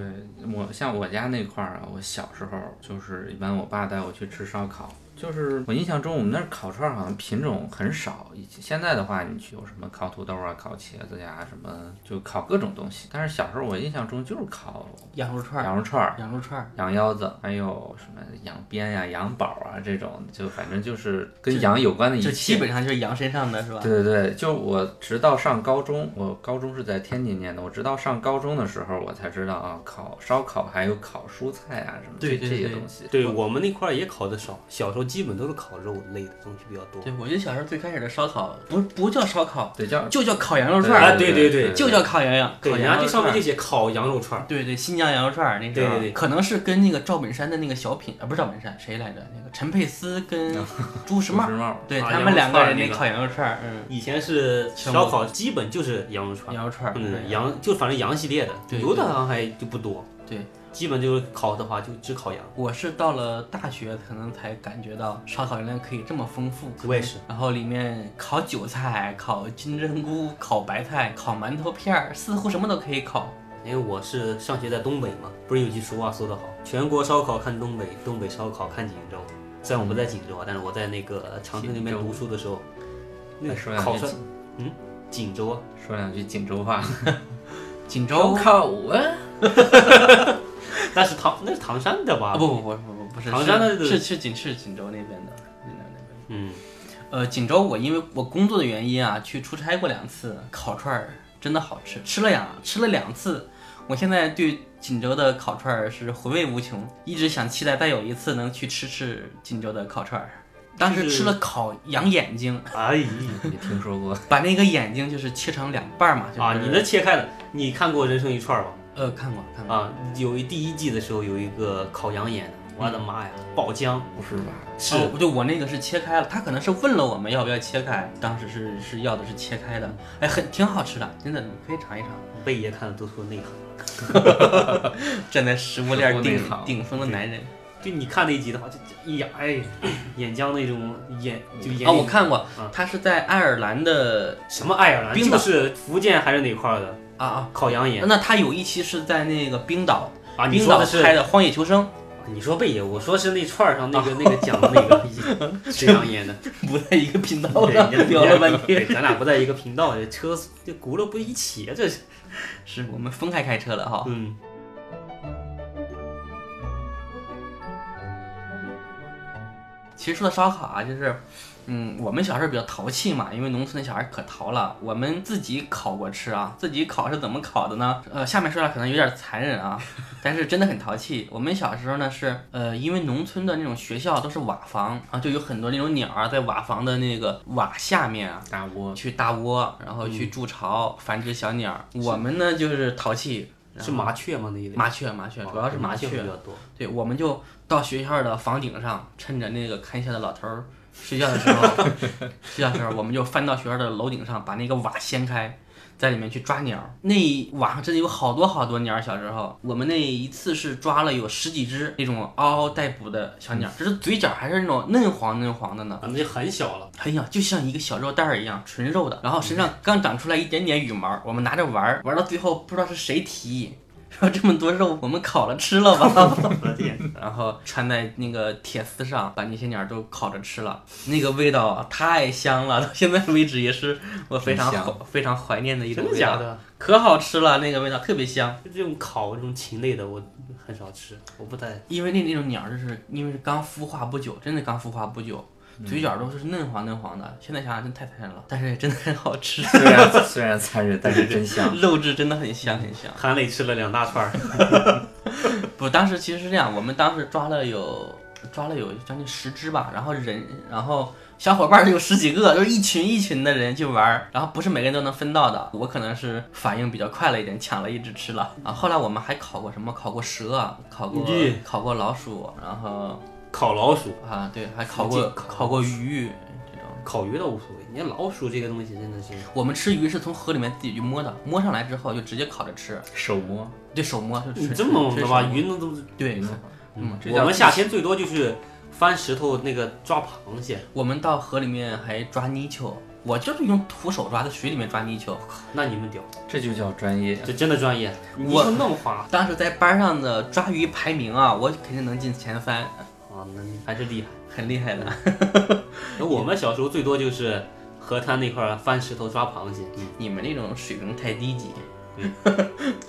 A: 我像我家那块儿啊，我小时候就是一般我爸带我去吃烧烤，就是我印象中我们那儿烤串儿好像品种很少，以前现在的话你去有什么烤土豆啊、烤茄子呀、什么就烤各种东西，但是小时候我印象中就是烤
C: 羊肉串儿，
A: 羊肉串儿。
C: 羊肉串儿，
A: 羊腰子，还有什么羊鞭呀、羊宝啊这种，就反正就是跟羊有关的一
C: 就
A: 切。
C: 基本上就是羊身上的是吧？
A: 对对对，就我直到上高中，我高中是在天津念的，我直到上高中的时候，我才知道啊，烤烧烤还有烤蔬菜啊什么
C: 对
A: 这
C: 对
A: 这些
C: 对
A: 东西。
B: 对我们那块儿也烤的少，小时候基本都是烤肉类的东西比较多。
C: 对，我觉得小时候最开始的烧烤不不叫烧烤，
A: 对，叫
C: 就叫烤羊肉串
B: 啊
C: 儿，
B: 对对对
C: 就叫烤羊羊，
B: 对，
C: 烤
B: 人
C: 羊
B: 家
C: 肉
B: 这上
C: 串
B: 面就
C: 儿。
B: 写烤羊肉串儿，
C: 对对，新疆羊肉串儿那时候，
B: 对对对
C: 可能是跟那个赵本山的那个小品啊，不是赵本山，谁来着？那个陈佩斯 跟朱时
A: 什么
C: 茂，
A: 时髦
C: 对
B: 啊
C: 他
B: 羊
C: 们
B: 肉
C: 两个
B: 串儿
C: 人
B: 那
C: 那
B: 个
C: 烤羊肉串儿，嗯，
B: 以前是
C: 像
B: 烧
C: 我
B: 烤，基本就是羊肉串儿，
C: 羊肉串儿，啊
B: 嗯，羊就反正羊系列的，
C: 对
B: 牛的好像还就不多，
C: 对，
B: 基本就是烤的话就只烤羊。
C: 我是到了大学，可能才感觉到烧烤原来可以这么丰富。
B: 我也是，
C: 然后里面烤韭菜、烤金针菇、烤白菜、烤馒头片儿，似乎什么都可以烤。
B: 因为我是上学在东北嘛，不是有句俗话说得好，全国烧烤看东北，东北烧烤看锦州。虽然我不在锦州啊，但是我在那个长春那
A: 锦
B: 边
A: 州
B: 读书的时候，那个
A: 哎说
B: 烤
A: 两句
B: 串，嗯，锦州啊，
A: 说两句锦州话，
C: 锦州
A: 烧烤啊，
B: 那是唐那是唐山的吧？
C: 啊，不不不不不不是，
B: 唐山的
C: 是是是锦是锦州那边的。云南那边
B: 嗯，
C: 呃，锦州我因为我工作的原因啊，去出差过两次，烤串儿真的好吃，吃了两吃了两次，我现在对锦州的烤串儿是回味无穷，一直想期待再有一次能去吃吃锦州的烤串儿。当时
B: 就是
C: 吃了烤羊眼睛，
B: 哎
C: 嗯
A: 没听说过。
C: 把那个眼睛就是切成两半儿嘛，就是、
B: 啊，你那切开了，你看过《人生一串》吧？
C: 呃看过看过，
B: 啊，有一第一季的时候有一个烤羊眼的，我的妈呀，爆浆
A: 不是吧？
B: 是
C: 哦，对我那个是切开了，他可能是问了我们要不要切开，当时是是要的是切开的，哎，很挺好吃的，真的你可以尝一尝。
B: 贝爷看了都说内行。
C: 站在食物链
A: 食物
C: 顶
A: 内行
C: 顶峰的男人
B: 就你看那一集的话，就就呀，哎，眼浆那种眼就眼
C: 啊，我看过
B: 啊，
C: 他是在爱尔兰的
B: 什么爱尔兰，
C: 冰
B: 就
C: 岛
B: 是福建还是哪块儿的
C: 啊啊，
B: 烤羊眼
C: 那他有一期是在那个冰岛，
B: 啊，你
C: 冰
B: 说
C: 岛
B: 的是
C: 拍的《荒野求生
B: 你说贝爷，我说是那串儿上那个那个讲的那个
C: 哦
B: 徐良演 的，》
C: 不在一个频道
B: 对，
C: 上
B: 你
C: 聊了半天，
B: 对，咱俩不在一个频道，这车这轱辘不一起啊，这是，
C: 是我们分开开车了哈。
B: 嗯，
C: 其实说到烧烤啊，就是，嗯，我们小时候比较淘气嘛，因为农村的小孩可淘了。我们自己烤过吃啊，自己烤是怎么烤的呢？呃，下面说来可能有点残忍啊，但是真的很淘气。我们小时候呢是，呃，因为农村的那种学校都是瓦房啊，就有很多那种鸟儿在瓦房的那个瓦下面啊。
A: 大 窝
C: 去搭窝，然后去筑巢、繁殖小鸟儿。我们呢嗯就是淘气，
B: 是麻雀吗？那一类哦
C: 麻雀麻雀，主要是麻
B: 雀
C: 雀
B: 比。较多。
C: 对，我们就到学校的房顶上，趁着那个看校的老头儿睡觉的时候， 睡觉的时候，我们就翻到学校的楼顶上，把那个瓦掀开，在里面去抓鸟儿。那一瓦上真的有好多好多鸟儿。小时候，我们那一次是抓了有十几只那种嗷嗷待哺的小鸟儿，只是嘴角还是那种嫩黄嫩黄的呢。
B: 啊，那就很小 了，
C: 很小，就像一个小肉蛋儿一样，纯肉的，然后身上刚长出来一点点羽毛，我们拿着玩儿，玩到最后不知道是谁提议，说这么多肉，我们烤了吃了吧，
B: 我的天，
C: 然后穿在那个铁丝上，把那些鸟都烤着吃了，那个味道啊太香了，到现在为止也是我非常
A: 真香
C: 怀非常怀念的一种
B: 真的
C: 味
B: 假
C: 道，
B: 的？
C: 可好吃了，那个味道特别香。
B: 就这种烤这种禽类的，我很少吃，我不太
C: 因为那那种鸟儿就是因为是刚孵化不久，真的刚孵化不久，
A: 嗯
C: 嘴角都是嫩黄嫩黄的，现在想想真太残忍了，但是真的很好吃。
A: 虽然虽然残忍，但是真香。
C: 肉质真的很香很香。
B: 韩磊吃了两大串儿，
C: 不，当时其实是这样，我们当时抓了有抓了有将近十只吧，然后人，然后小伙伴儿有十几个，就是一群一群的人去玩儿，然后不是每个人都能分到的。我可能是反应比较快了一点，抢了一只吃了啊。后来我们还烤过什么？烤过蛇，啊烤过
B: 咦
C: 烤过老鼠，然后
B: 烤老鼠、
C: 啊对，还烤
B: 附
C: 过
B: 近烤
C: 烤过鱼这种。
B: 烤鱼倒无所谓，你看老鼠这个东西真的是
C: 我们吃鱼是从河里面自己去摸的，摸上来之后就直接烤着吃，
A: 手窝
C: 对手摸就
B: 你
C: 吃。
B: 这么猛
C: 吃
B: 的
C: 手
B: 吧？
C: 摸
B: 鱼那都是，
C: 对，嗯，这
B: 我
C: 叫
B: 们夏天最多就是翻石头那个抓螃蟹，
C: 我们到河里面还抓泥鳅，我就是用徒手抓，在水里面抓泥鳅。
B: 那你们屌，
A: 这就叫专业。
B: 这真的专业，你
C: 我
B: 说那么滑
C: 当时在班上的抓鱼排名啊，我肯定能进前三，
B: 啊，那你还是厉害。
C: 很厉害的。
B: 那我们小时候最多就是河滩那块儿翻石头抓螃蟹，嗯，
C: 你们那种水平太低级，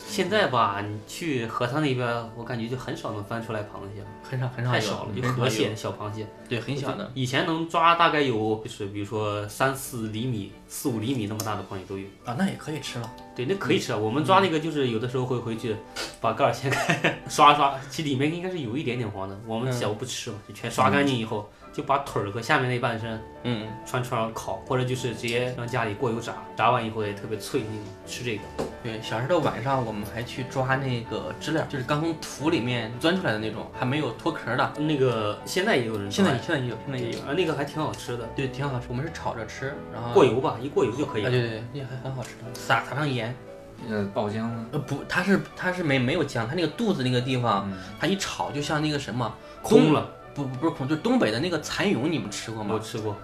B: 现在吧，你去河滩那边儿，我感觉就很少能翻出来螃蟹了，
C: 很少很少有，
B: 太少了，就
C: 很
B: 河
C: 少有
B: 蟹、小螃蟹。
C: 对，很小的。
B: 以前能抓大概有就是比如说三四厘米、四五厘米那么大的螃蟹都有。
C: 啊，那也可以吃了。
B: 对，那
C: 嗯
B: 可以吃啊。我们抓那个就是有的时候会回去把盖儿掀开 刷刷，其实里面应该是有一点点黄的。我们
C: 嗯
B: 小不吃嘛，就全刷干净以后，就把腿儿和下面那半身
C: 嗯，
B: 串串儿烤，或者就是直接让家里过油炸，炸完以后也特别脆那种，吃这个。
C: 对，小时候的晚上我们还去抓那个知了，就是刚从土里面钻出来的那种，还没有脱壳的。
B: 那个现在也有人
C: 现在
B: 抓呀
C: 现在也有，现在也有。
B: 啊，那个还挺好吃的，
C: 对，挺好吃。我们是炒着吃，然后
B: 过油吧，一过油就可以
C: 啊，
B: 了。
C: 对对对，那还很好吃的，撒撒上盐。
A: 呃，爆浆呢？
C: 呃，不，它是它是没没有姜，它那个肚子那个地方，
A: 嗯
C: 它一炒就像那个什么
B: 空了，
C: 不不不是空，就东北的那个蚕蛹，你们吃过
B: 我
C: 吗？
B: 吃过，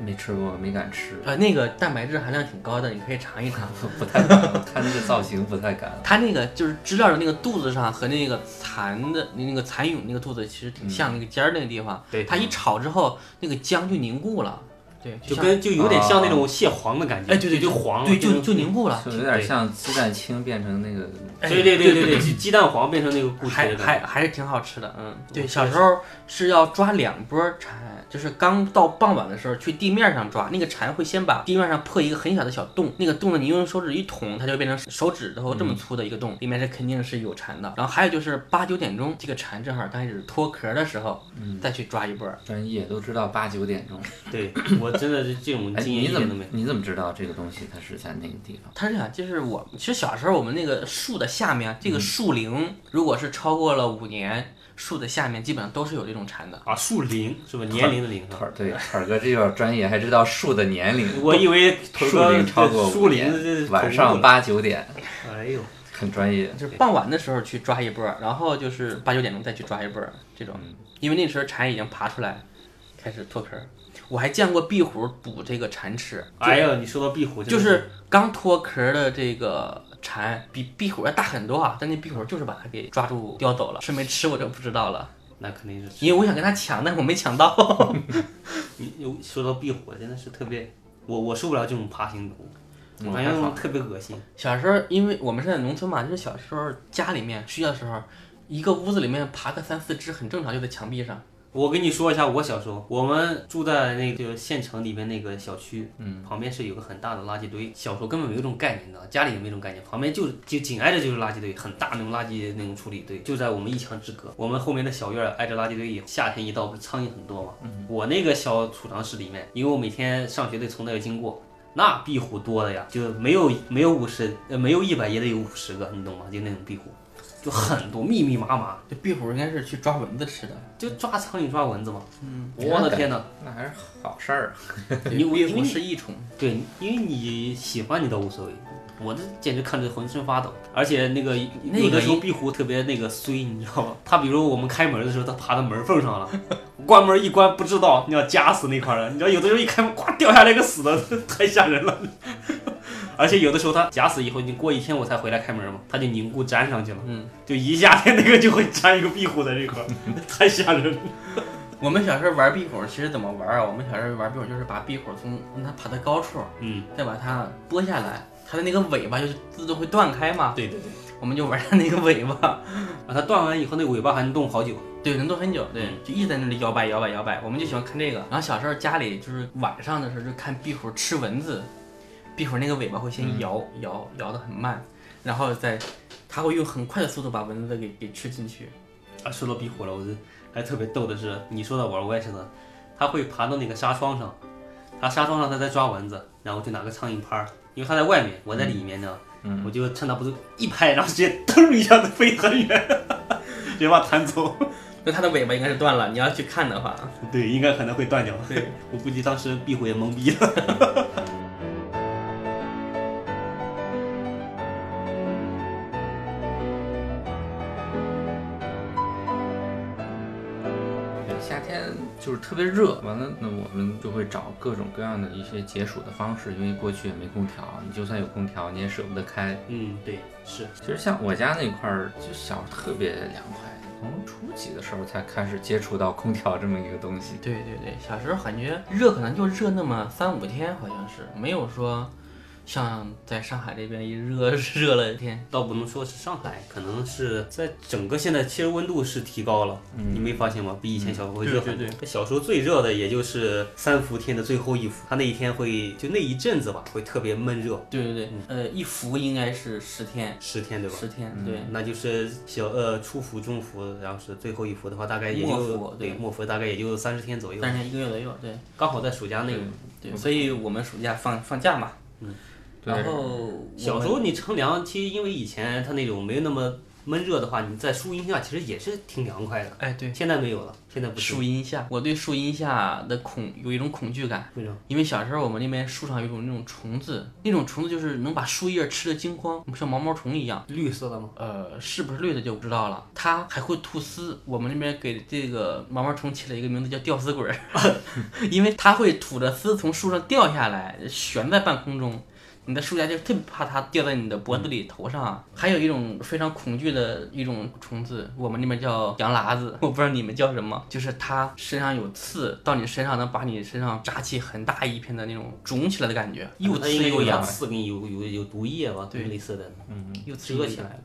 A: 没吃过，没敢吃，
C: 呃，那个蛋白质含量挺高的，你可以尝一尝。
A: 不太敢。我看那个造型不太敢。
C: 它那个就是知了的那个肚子上和那个蚕的那个蚕蛹那个肚子其实挺像，那个尖儿那个地方，
B: 嗯对
C: 它一炒之后，那个姜就凝固了，对，
B: 就
C: 像
B: 跟就有点像那
A: 啊
B: 种蟹黄的感觉，
C: 哎对对
B: 就
C: 对
B: 黄了，
C: 对就
B: 变成
C: 就凝固了，
A: 就有点像鸡蛋清变成那个，
C: 哎
B: 对对对对对，鸡蛋黄变成那个固体
C: 还
B: 的感
C: 还
B: 觉。
C: 还是挺好吃的，嗯，对，
B: 我
C: 小
B: 觉
C: 时
B: 得
C: 候是要抓两波蝉，就是刚到傍晚的时候去地面上抓，那个蝉会先把地面上破一个很小的小洞，那个洞呢，你用手指一捅，它就变成手指头这么粗的一个洞，里面是肯定是有蝉的。然后还有就是八九点钟，这个蝉正好刚开始脱壳的时候，再去抓一波。
A: 专业都知道八九点钟。
B: 对我真的是这种
A: 哎，
B: 经验
A: 你
B: 一
A: 怎
B: 点都
A: 么
B: 没有。
A: 你怎么知道这个东西它是在那个地方？
C: 它是这样，就是我其实小时候我们那个树的下面，这个树龄如果是超过了五年，树的下面基本上都是有这种蝉的。
B: 啊，树龄是吧？年龄的 龄啊。
A: 腿儿对，腿儿哥这点专业，还知道树的年 龄。
B: 我以为头
A: 树龄超过
B: 树
A: 五
B: 龄
A: 年
B: 这，
A: 晚上
B: 吧。
A: 八九点，
B: 哎呦，
A: 很专业。
C: 就是傍晚的时候去抓一波儿，然后就是八九点钟再去抓一波儿这种，因为那时候蝉已经爬出来，开始脱壳儿。我还见过壁虎捕这个蝉吃，
B: 哎呦，你说到壁虎，
C: 就
B: 真的
C: 是刚脱壳儿的这个蝉，比壁虎要大很多啊，但那壁虎就是把它给抓住叼走了，吃没吃我就不知道了，
B: 那肯定是
C: 因为我想跟它抢，但是我没抢到。
B: 你有说到壁虎，真的是特别，我我受不了这种爬行动物，
A: 嗯
B: 我感
A: 还
B: 觉
A: 好
B: 特别恶心。
C: 小时候，因为我们是在农村嘛，就是小时候家里面需要的时候，一个屋子里面爬个三四只很正常，就在墙壁上。
B: 我跟你说一下，我小时候，我们住在那个县城里面那个小区，嗯，旁边是有个很大的垃圾堆。小时候根本没有这种概念的，家里也没这种概念，旁边就就紧挨着就是垃圾堆，很大那种垃圾那种处理堆，就在我们一墙之隔。我们后面的小院儿挨着垃圾堆以后，夏天一到不是苍蝇很多嘛，我那个小储藏室里面，因为我每天上学得从那儿经过。那壁虎多的呀，就没有没有五十，呃，没有一百也得有五十个，你懂吗？就那种壁虎，就很多，密密麻麻，
C: 这壁虎应该是去抓蚊子吃的，
B: 就抓苍蝇抓蚊子嘛。
C: 嗯，
B: 我的天哪！
A: 那还是好事儿啊。
C: 对
B: 因为
C: 壁
B: 因为
C: 虎是益虫。
B: 对，因为你喜欢你倒无所谓，我这简直看着浑身发抖。而且那个
C: 那
B: 有
C: 个
B: 的时候壁虎特别那个衰，你知道吗？它比如我们开门的时候，它爬到门缝上了， 关门一关不知道，你要夹死那块儿了。你知道有的时候一开门，咵掉下来个死的，太吓人了。 而且有的时候它夹死以后，你过一天我才回来开门嘛，它就凝固粘上去了，
C: 嗯，
B: 就一夏天那个就会粘一个壁虎在这块儿， 太吓人了。
C: 我们小时候玩壁虎，其实怎么玩啊？我们小时候玩壁虎就是把壁虎从让它爬到高处，
B: 嗯，
C: 再把它拨下来，它的那个尾巴就是自动会断开嘛，
B: 对对对，
C: 我们就玩它那个尾巴，
B: 啊，它断完以后那尾巴还能动好久。
C: 对，能动很久，对
B: 嗯，
C: 就一直在那里摇摆摇摆摇摆，我们就喜欢看这个。然后小时候家里就是晚上的时候就看壁虎吃蚊子，壁虎那个尾巴会先摇、
B: 嗯
C: 摇摇的很慢，然后再它会用很快的速度把蚊子给给吃进去。
B: 啊，说到壁虎了，我就还特别逗的是，你说到玩儿，我也是的，它会爬到那个纱窗上，它纱窗上它在抓蚊子，然后就拿个苍蝇拍儿，因为它在外面，我在里面呢，我就趁它不注一拍，然后直接腾一下子飞很远， 直接把它弹走。
C: 那它的尾巴应该是断了，你要去看的话，
B: 对，应该可能会断掉。
C: 对，
B: 我估计当时壁虎也懵逼了。
A: 夏天就是特别热，完了那我们就会找各种各样的一些解暑的方式，因为过去也没空调，你就算有空调你也舍不得开。
B: 嗯，对，是，
A: 其实像我家那块儿，就小时候特别凉快，从初几的时候才开始接触到空调这么一个东西。
C: 对对对，小时候感觉热可能就热那么三五天，好像是没有说像在上海这边一热热了一天。
B: 倒不能说是上海，可能是在整个现在其实温度是提高了，
C: 嗯
B: 你没发现吗？比以前小时候会热很多。
C: 对对
B: 小时候最热的也就是三伏天的最后一伏，它那一天会就那一阵子吧，会特别闷热，
C: 对对对，呃，一伏应该是十天，
B: 哦嗯十天对吧？嗯
C: 十天，对，
B: 那就是小呃初伏、中伏，然后是最后一伏的话，大概也
C: 末
B: 就
C: 伏对
B: 对末伏大概也就三十天左右，嗯
C: 三十天一个月左右，对
B: 刚好在暑假内。
C: 对，所以我们暑假放放假嘛，
A: 对
C: 然后
B: 小时
C: 候
B: 候你乘凉，其实因为以前它那种没有那么闷热的话，你在树荫下其实也是挺凉快的。
C: 哎对，
B: 现在没有了，现在不是
C: 树荫下，我对树荫下的恐有一种恐惧感，
B: 为什么？
C: 因为小时候我们那边树上有一种那种虫子，那种虫子就是能把树叶吃的精光，像毛毛虫一样。
B: 绿色的吗？
C: 呃，是不是绿的就不知道了。它还会吐丝，我们那边给这个毛毛虫起了一个名字叫吊丝鬼儿， 因为它会吐着丝从树上掉下来，悬在半空中。你的树下就特别怕它掉在你的脖子里、头上啊。还有一种非常恐惧的一种虫子，我们那边叫羊喇子，我不知道你们叫什么，就是它身上有刺，到你身上能把你身上扎起很大一片的那种肿起来的感觉，又
B: 它
C: 刺
B: 应该
C: 又
B: 有
C: 痒
B: 两，刺跟有有有毒液吧，
C: 对嗯
B: 类似的，
C: 又刺又
B: 遮起
C: 痒，
B: 来了。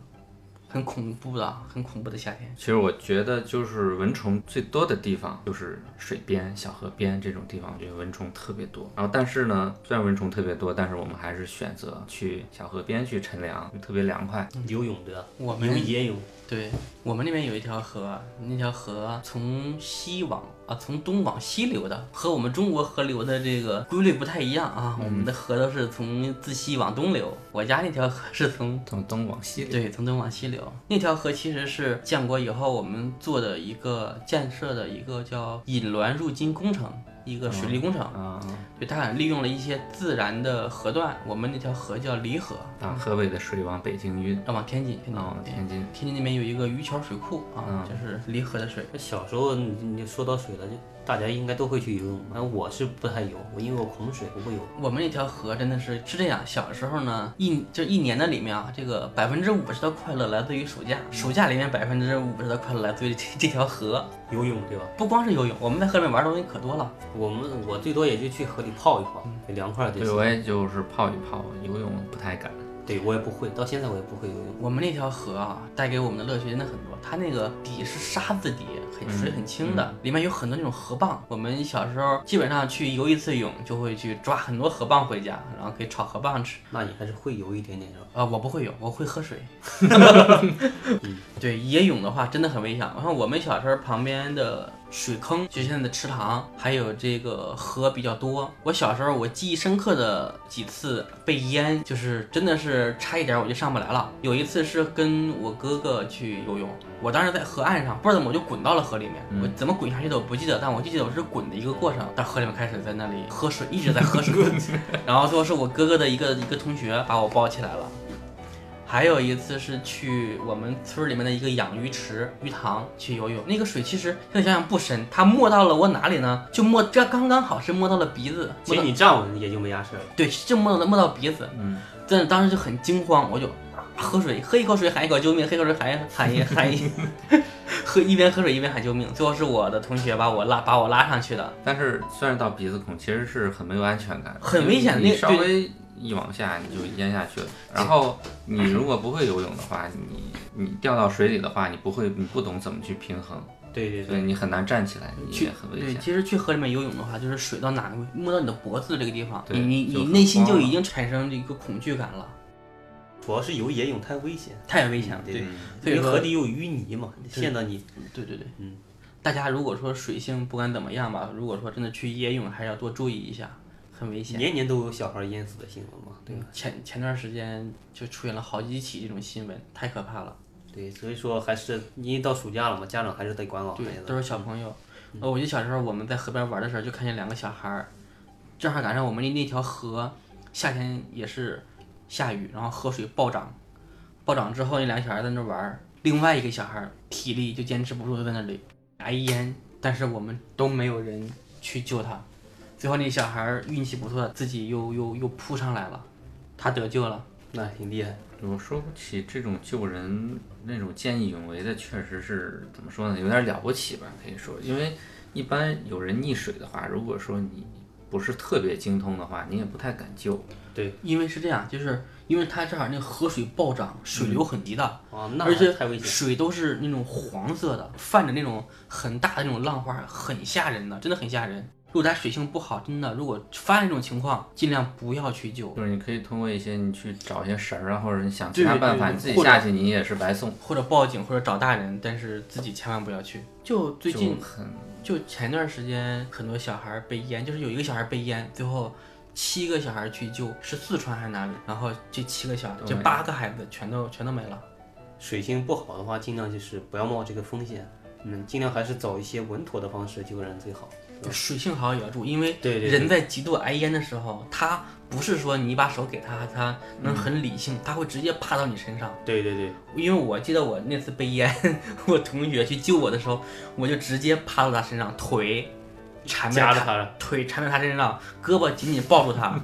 C: 很恐怖的，很恐怖的夏天。
A: 其实我觉得，就是蚊虫最多的地方就是水边、小河边这种地方，我觉得蚊虫特别多。然后，但是呢，虽然蚊虫特别多，但是我们还是选择去小河边去乘凉，就特别凉快。
B: 嗯游泳对吧？
C: 我
B: 游
C: 们
B: 野泳，
C: 对我们那边有一条河，那条河从西往啊，从东往西流的，和我们中国河流的这个规律不太一样啊。
A: 嗯
C: 我们的河都是从自西往东流，我家那条河是从
A: 从东往西流，
C: 对从东往西流。那条河其实是建国以后我们做的一个建设的一个叫引滦入津工程，一个水利工程。
A: 啊
C: 对，它利用了一些自然的河段，我们那条河叫黎河，
A: 啊，河北的水往北京运，
C: 要往天津，天津。
A: 啊，天津。嗯
C: 天津那边有一个渔桥水库啊，就是离河的水。
B: 那小时候你你说到水了，就大家应该都会去游泳，但我是不太游，我因为我恐水，我不游。
C: 我们那条河真的是是这样，小时候呢，一就一年的里面啊，这个百分之五十的快乐来自于暑假，暑假里面百分之五十的快乐来自于这 这条河。
B: 游泳对吧？
C: 不光是游泳，我们在河里面玩的东西可多了。
B: 我们我最多也就去河里泡一泡，
C: 嗯
B: 凉快儿就
A: 对，
B: 行。
A: 我也就是泡一泡，游泳不太敢。
B: 对我也不会，到现在我也不会游泳。
C: 我们那条河啊，带给我们的乐趣真的很多。它那个底是沙子底，很水很清的，里面有很多那种河蚌。我们小时候基本上去游一次泳，就会去抓很多河蚌回家，然后可以炒河蚌吃。
B: 那你还是会游一点点是吧？
C: 啊、我不会游，我会喝水。 对，野泳的话真的很危险。然后我们小时候旁边的水坑，就现在的池塘，还有这个河比较多。我小时候我记忆深刻的几次被淹，就是真的是差一点我就上不来了。有一次是跟我哥哥去游泳，我当时在河岸上，不知道怎么我就滚到了河里面，我怎么滚下去的我不记得，但我就记得我是滚的一个过程，到河里面开始在那里喝水，一直在喝水。然后最后是我哥哥的一个一个同学把我抱起来了。还有一次是去我们村儿里面的一个养鱼池、鱼塘去游泳，那个水其实现在想想不深，它没到了我哪里呢？就没这刚刚好是没到了鼻子，
B: 其
C: 没
B: 实
C: 到
B: 你站稳也就没啥事儿了。
C: 对，就没到没到鼻子。
A: 嗯，
C: 但是当时就很惊慌，我就啊喝水，喝一口水喊一口救命，喝一口水喊一喊一喊一， 喝一边喝水一边喊救命。最后是我的同学把我拉把我拉上去的，
A: 但是虽然到鼻子孔，其实是很没有安全感的，
C: 很危险的
A: 你
C: 那
A: 稍
C: 对
A: 微一往下你就淹下去了。然后你如果不会游泳的话，你你掉到水里的话，你不会，你不懂怎么去平衡，
B: 对对
A: 所以
B: 对，
A: 你很难站起来，你
C: 去
A: 也很危
C: 对，
A: 险。
C: 其实去河里面游泳的话，就是水到哪个位摸到你的脖子这个地方，
A: 对
C: 你你
A: 就
C: 你
A: 很
C: 内心
A: 慌
C: 就
A: 了
C: 已经产生一个恐惧感了，
B: 主要是游野泳太危险，
C: 太危险了。对，所
B: 因
C: 以
B: 为
C: 说
B: 河里有淤泥嘛，陷到你。
C: 对对对，
B: 嗯，
C: 大家如果说水性不管怎么样吧，如果说真的去野泳，还是要多注意一下，很危险。
B: 年年都有小孩淹死的新闻嘛，对吧？
C: 前前段时间就出现了好几起这种新闻，太可怕了。
B: 对，所以说还是因为到暑假了嘛，家长还是得管好孩
C: 对，
B: 子。
C: 都是小朋友。呃，我记得小时候我们在河边玩的时候，就看见两个小孩儿，正好赶上我们那那条河夏天也是下雨，然后河水暴涨，暴涨之后那两个小孩在那玩儿，另外一个小孩儿体力就坚持不住，就在那里挨淹，但是我们都没有人去救他。最后那小孩儿运气不错，自己又又又扑上来了，他得救了。
B: 那挺厉害。
A: 我说起这种救人那种见义勇为的，确实是怎么说呢，有点了不起吧，可以说，因为一般有人溺水的话，如果说你不是特别精通的话，你也不太敢救。
B: 对，
C: 因为是这样，就是因为他正好那个河水暴涨，水流很急的，
B: 啊，那
C: 而且
B: 太危险。
C: 水都是那种黄色的，泛着那种很大的那种浪花，很吓人的，真的很吓人。如果它水性不好，真的，如果发现这种情况，尽量不要去救，
A: 就是你可以通过一些你去找一些绳儿啊，或者你想其他
C: 对对
A: 办法，
C: 对
A: 你自己
C: 或者
A: 下去你也是白送。
C: 或者报警，或者找大人，但是自己千万不要去。就最 近
A: 就很
C: 就前段时间，很多小孩被淹，就是有一个小孩被淹，最后七个小孩去救，是四川还是哪里？然后这七个小孩，这八个孩子全都全都没了。
B: 水性不好的话，尽量就是不要冒这个风险。嗯，尽量还是找一些稳妥的方式救人最好。
C: 水性好也要注意，因为
B: 对对对
C: 人在极度挨淹的时候，他不是说你把手给他，他能很理性，他会直接趴到你身上。
B: 对对对，
C: 因为我记得我那次被淹， 我同学去救我的时候，我就直接趴到他身上，腿缠在
B: 夹着
C: 他，
B: 他了。
C: 腿缠在他身上，胳膊紧紧抱住他，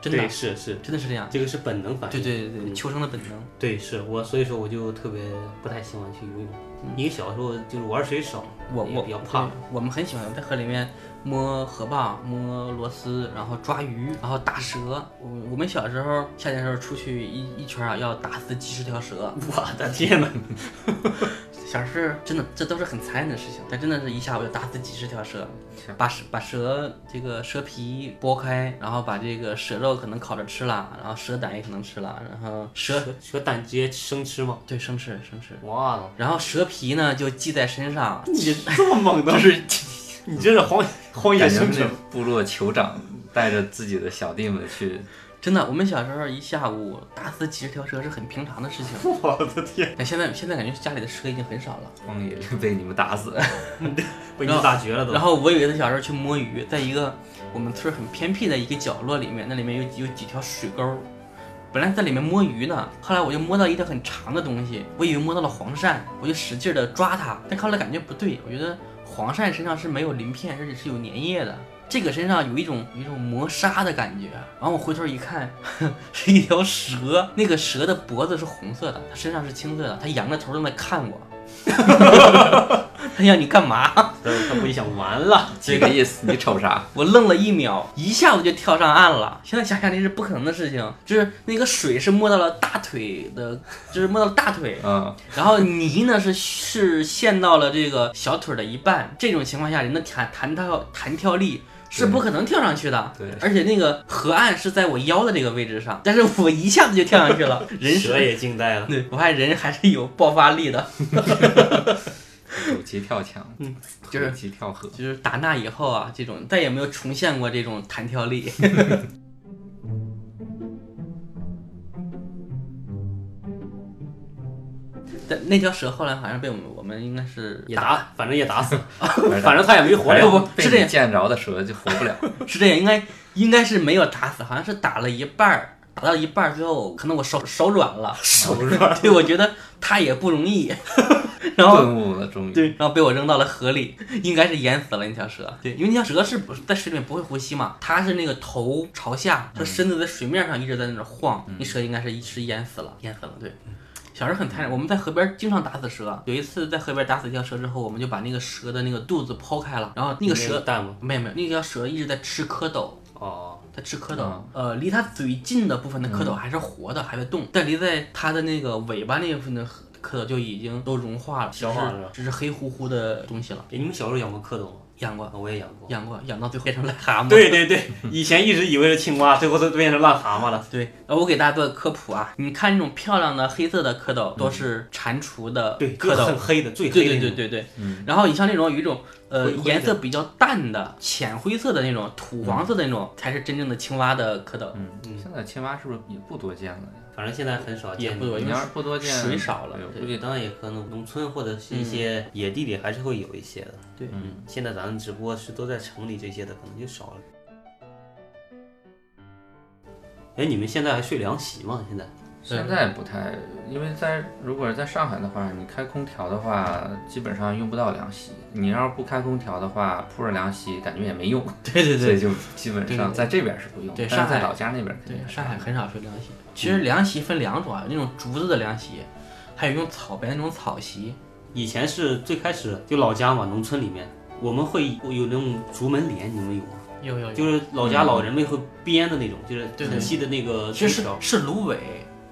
C: 真的
B: 对，是是，
C: 真的是这样。
B: 这个是本能反应。
C: 对对对对，求生的本能。
B: 对，是我，所以说我就特别不太喜欢去游泳。你小时候就是玩水少，
C: 嗯我
B: 也
C: 我
B: 比较怕
C: 对。我们很喜欢在河里面摸河蚌、摸螺丝，然后抓鱼，然后打蛇。我我们小时候夏天的时候出去一一圈啊，要打死几十条蛇。
B: 我的天哪！
C: 小时候真的这都是很残忍的事情，但真的是一下午就打死几十条蛇，把蛇把蛇这个蛇皮剥开，然后把这个蛇肉可能烤着吃了，然后蛇胆也可能吃了，然后蛇
B: 蛇蛇胆直接生吃吗？
C: 对生吃生吃，
B: 哇，
C: 然后蛇皮呢就系在身上，
B: 你这 么猛的，
C: 就是
B: 你这是荒荒野
A: 感觉
B: 生
A: 那
B: 存。
A: 部落酋长带着自己的小弟们去，
C: 真的，我们小时候一下午打死几十条蛇是很平常的事情。
B: 我的天，
C: 但现在现在感觉家里的蛇已经很少了。
A: 荒野里被你们打死。
B: 被你打绝了都
C: 然。后我有一次小时候去摸鱼，在一个我们村儿很偏僻的一个角落里面，那里面有几有几条水沟儿。本来在里面摸鱼呢，后来我就摸到一条很长的东西，我以为摸到了黄鳝，我就使劲的抓它，但后来感觉不对，我觉得黄鳝身上是没有鳞片，而且是有粘液的。这个身上有一种有一种磨砂的感觉，然后我回头一看， 是一条蛇，那个蛇的脖子是红色的，它身上是青色的，它仰着头在那看 我， 它要你干嘛？
B: 但他不一想，完 了，
A: 这个意思，你瞅啥？
C: 我愣了一秒，一下子就跳上岸了。现在想想那是不可能的事情，就是那个水是没到了大腿的，就是没到了大腿，
A: 嗯，
C: 然后泥呢是是陷到了这个小腿的一半。这种情况下，人的弹弹跳弹跳力。是不可能跳上去的，
B: 对
C: 而且那个河岸是在我腰的这个位置上，但是我一下子就跳上去了，人
B: 蛇也惊呆 了。
C: 对，我发现人还是有爆发力的。
A: 有鸡跳墙，嗯，
C: 就是
A: 鸡跳河。
C: 就是打那以后啊，这种再也没有重现过这种弹跳力。 但那条蛇后来好像被我们我们应该是
B: 也
C: 打
B: 打，反正也打死了， 反正他也没活
A: 哎
B: 了。
A: 呦
C: 不不
A: 被
C: 是这
A: 你
C: 样
A: 见着的蛇就活不了。
C: 是这样，应该应该是没有打死，好像是打了一半儿，打到一半儿之后，可能我手手软了，手软。对，我觉得他也不容易， 然后
A: 顿悟了，终于。
C: 对，然后被我扔到了河里， 应该是淹死了那条蛇。对，因为那条蛇是不在水里面不会呼吸嘛，它是那个头朝下，它身子在水面上一直在那儿晃，那蛇应该是一是淹死了，淹死了。对。小时候很残忍，我们在河边经常打死蛇。有一次在河边打死一条蛇之后，我们就把那个蛇的那个肚子剖开了，然后那个蛇
B: 蛋吗？
C: 没有没有，那条蛇一直在吃蝌蚪，
B: 哦，
C: 它吃蝌蚪，呃，离它嘴近的部分的蝌蚪
B: 嗯
C: 还是活的，还在动，但离在它的那个尾巴那部分的蝌蚪就已经都融化了，
B: 消化了
C: 只是只是黑乎乎的东西了。
B: 哎，你们小时候养过蝌蚪吗？
C: 养过，
B: 啊我也养过。
C: 养过，养到最后变成癞蛤 蟆。
B: 对对对，以前一直以为是青蛙，最后都变成癞蛤蟆了。
C: 对，呃，我给大家做个科普啊，你看那种漂亮的黑色的蝌蚪，都是蟾蜍的
B: 嗯对，
C: 蝌
B: 就
C: 蚪
B: 很，黑的，最
C: 对
B: 黑的那
C: 对对
B: 种嗯
C: 对对，然后你像那种有一种呃
B: 灰灰的
C: 颜色比较淡的浅灰色的那种土黄色的那
B: 嗯
C: 种，才是真正的青蛙的蝌蚪，
A: 嗯现在青蛙是不是也不多见了呀？
B: 反正现在很少
C: 也
B: 见
C: 不。多，因
A: 你
C: 为
A: 要是不多见，
C: 水少了
A: 哎呦
C: 对嗯
A: 估计
B: 当然也可能农村或者是一些野地里还是会有一些的。
C: 对
B: 嗯，现在咱们只不过是都在城里这些的，可能就少了。哎，你们现在还睡凉席吗？现在
C: 嗯
A: 现在不太，因为在如果在上海的话，你开空调的话，基本上用不到凉席。你要是不开空调的话，铺着凉席感觉也没用。
C: 对 对
A: 所以就基本
C: 对对
A: 上
C: 对
A: 在这边是不用，
C: 对
A: 但
C: 上
A: 是在
C: 海
A: 老家那边肯
C: 对嗯
A: 定，是
C: 上海很少睡凉席。其实凉席分两种啊，有那种竹子的凉席，还有用草编的那种草席。
B: 以前是最开始就老家嘛，农村里面我们会有那种竹门帘，你们有吗？
C: 有有，
B: 就是老家老人们会编的那种，就是
C: 对
B: 很细的那个
C: 其
B: 竹
C: 呃实是
B: 条。
C: 是芦苇，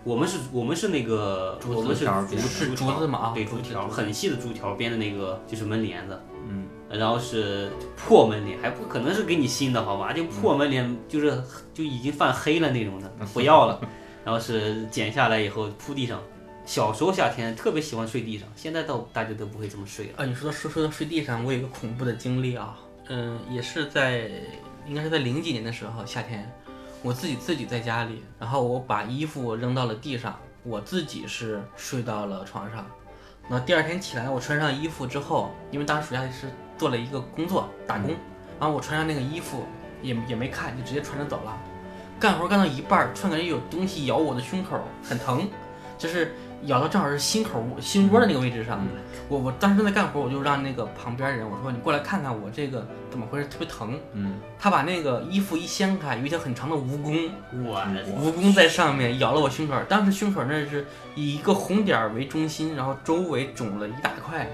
B: 我们是，我们是那个，
C: 竹子
B: 我们是
A: 条儿
B: 竹
A: 编的
C: 是
B: 条
C: 竹子嘛啊
B: 对，
C: 竹
B: 竹
C: 子
B: 条儿
C: 竹子
B: 很细的竹条儿编的那个，就是门帘子。
A: 嗯，
B: 然后是破门帘，还不可能是给你新的，好吧？就破门帘，就是就已经泛黑了那种的，不要了。然后是剪下来以后铺地上。小时候夏天特别喜欢睡地上，现在倒大家都不会这么睡了。
C: 啊，你说到说说到睡地上，我有一个恐怖的经历啊，嗯，也是在应该是在零几年的时候，夏天，我自己自己在家里，然后我把衣服扔到了地上，我自己是睡到了床上，然后第二天起来，我穿上衣服之后，因为当时暑假是做了一个工作打工，然后我穿上那个衣服也也没看，就直接穿着走了，干活干到一半儿，突然感觉有东西咬我的胸口，很疼，就是咬到正好是心口窝心窝的那个位置上。我我当时正在干活，我就让那个旁边人我说你过来看看我这个怎么回事，特别疼。
A: 嗯，
C: 他把那个衣服一掀开，有一条很长的蜈蚣，
B: 我
C: 蜈蚣在上面咬了我胸口，当时胸口那是以一个红点儿为中心，然后周围肿了一大块。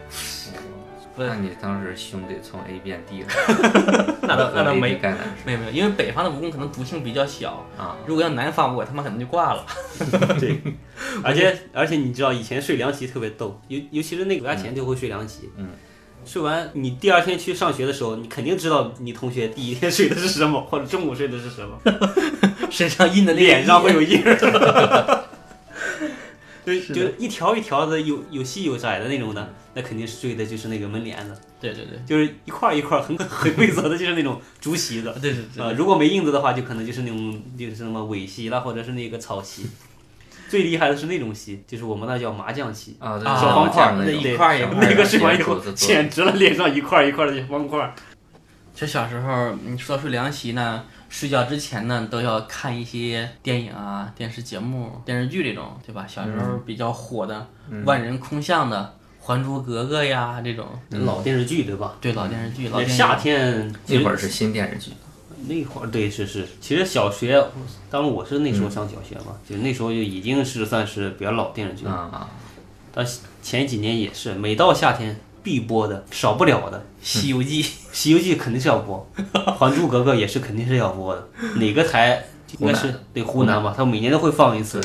C: 不是
A: 那你当时胸得从 A 变 D 了，
C: 那倒那倒没
A: 该难
C: 没有没有，因为北方的蜈蚣可能毒性比较小，
A: 啊。
C: 如果要南方，我他妈可能就挂了。
B: 对， 而且而且你知道以前睡凉席特别逗，尤尤其是那个暑假前就会睡凉席。
A: 嗯。
B: 睡完，你第二天去上学的时候，你肯定知道你同学第一天睡的是什么，或者中午睡的是什么，
C: 身上印的那个
B: 脸上会有
C: 印
B: 印儿。对，
C: 是
B: 就
C: 的
B: 一条一条的，有有细有窄的那种的，那肯定是睡的就是那个门帘子，
C: 对对对
B: 就是一块儿一块儿很 很规则的，就是那种竹席子。
C: 对对对
B: 呃，如果没印子的话，就可能就是那种就是什么苇席啦，或者是那个草席。最厉害的是那种席，就是我们那叫麻将席，
A: 啊，对
C: 啊
A: 小方块儿
C: 那
A: 种
C: 一块儿一块儿
B: 那个睡完以后
A: 竹子，做的
B: 简直了，脸上一块一块的小方块儿。
C: 其实小时候，你说到睡凉席呢，睡觉之前呢，都要看一些电影
B: 嗯
C: 啊、电视节目、电视剧这种，对吧？小时候比较火的、万人空巷的，还珠格格》呀这种，
B: 老电视剧对吧？
C: 对老电视剧、老
B: 那
C: 电影
B: 夏天
A: 那会儿是新电视剧，
B: 那会儿对是是，其实小学，当然我是那时候上小学嘛，就那时候就已经是算是比较老电视剧了。
A: 啊，
B: 但前几年也是，每到夏天必播的，少不了的，《
C: 西游记》
B: 西游记》 肯定是要播，《还珠格格》也是肯定是要播的。哪个台应该是对湖南吧？它每年都会放一次。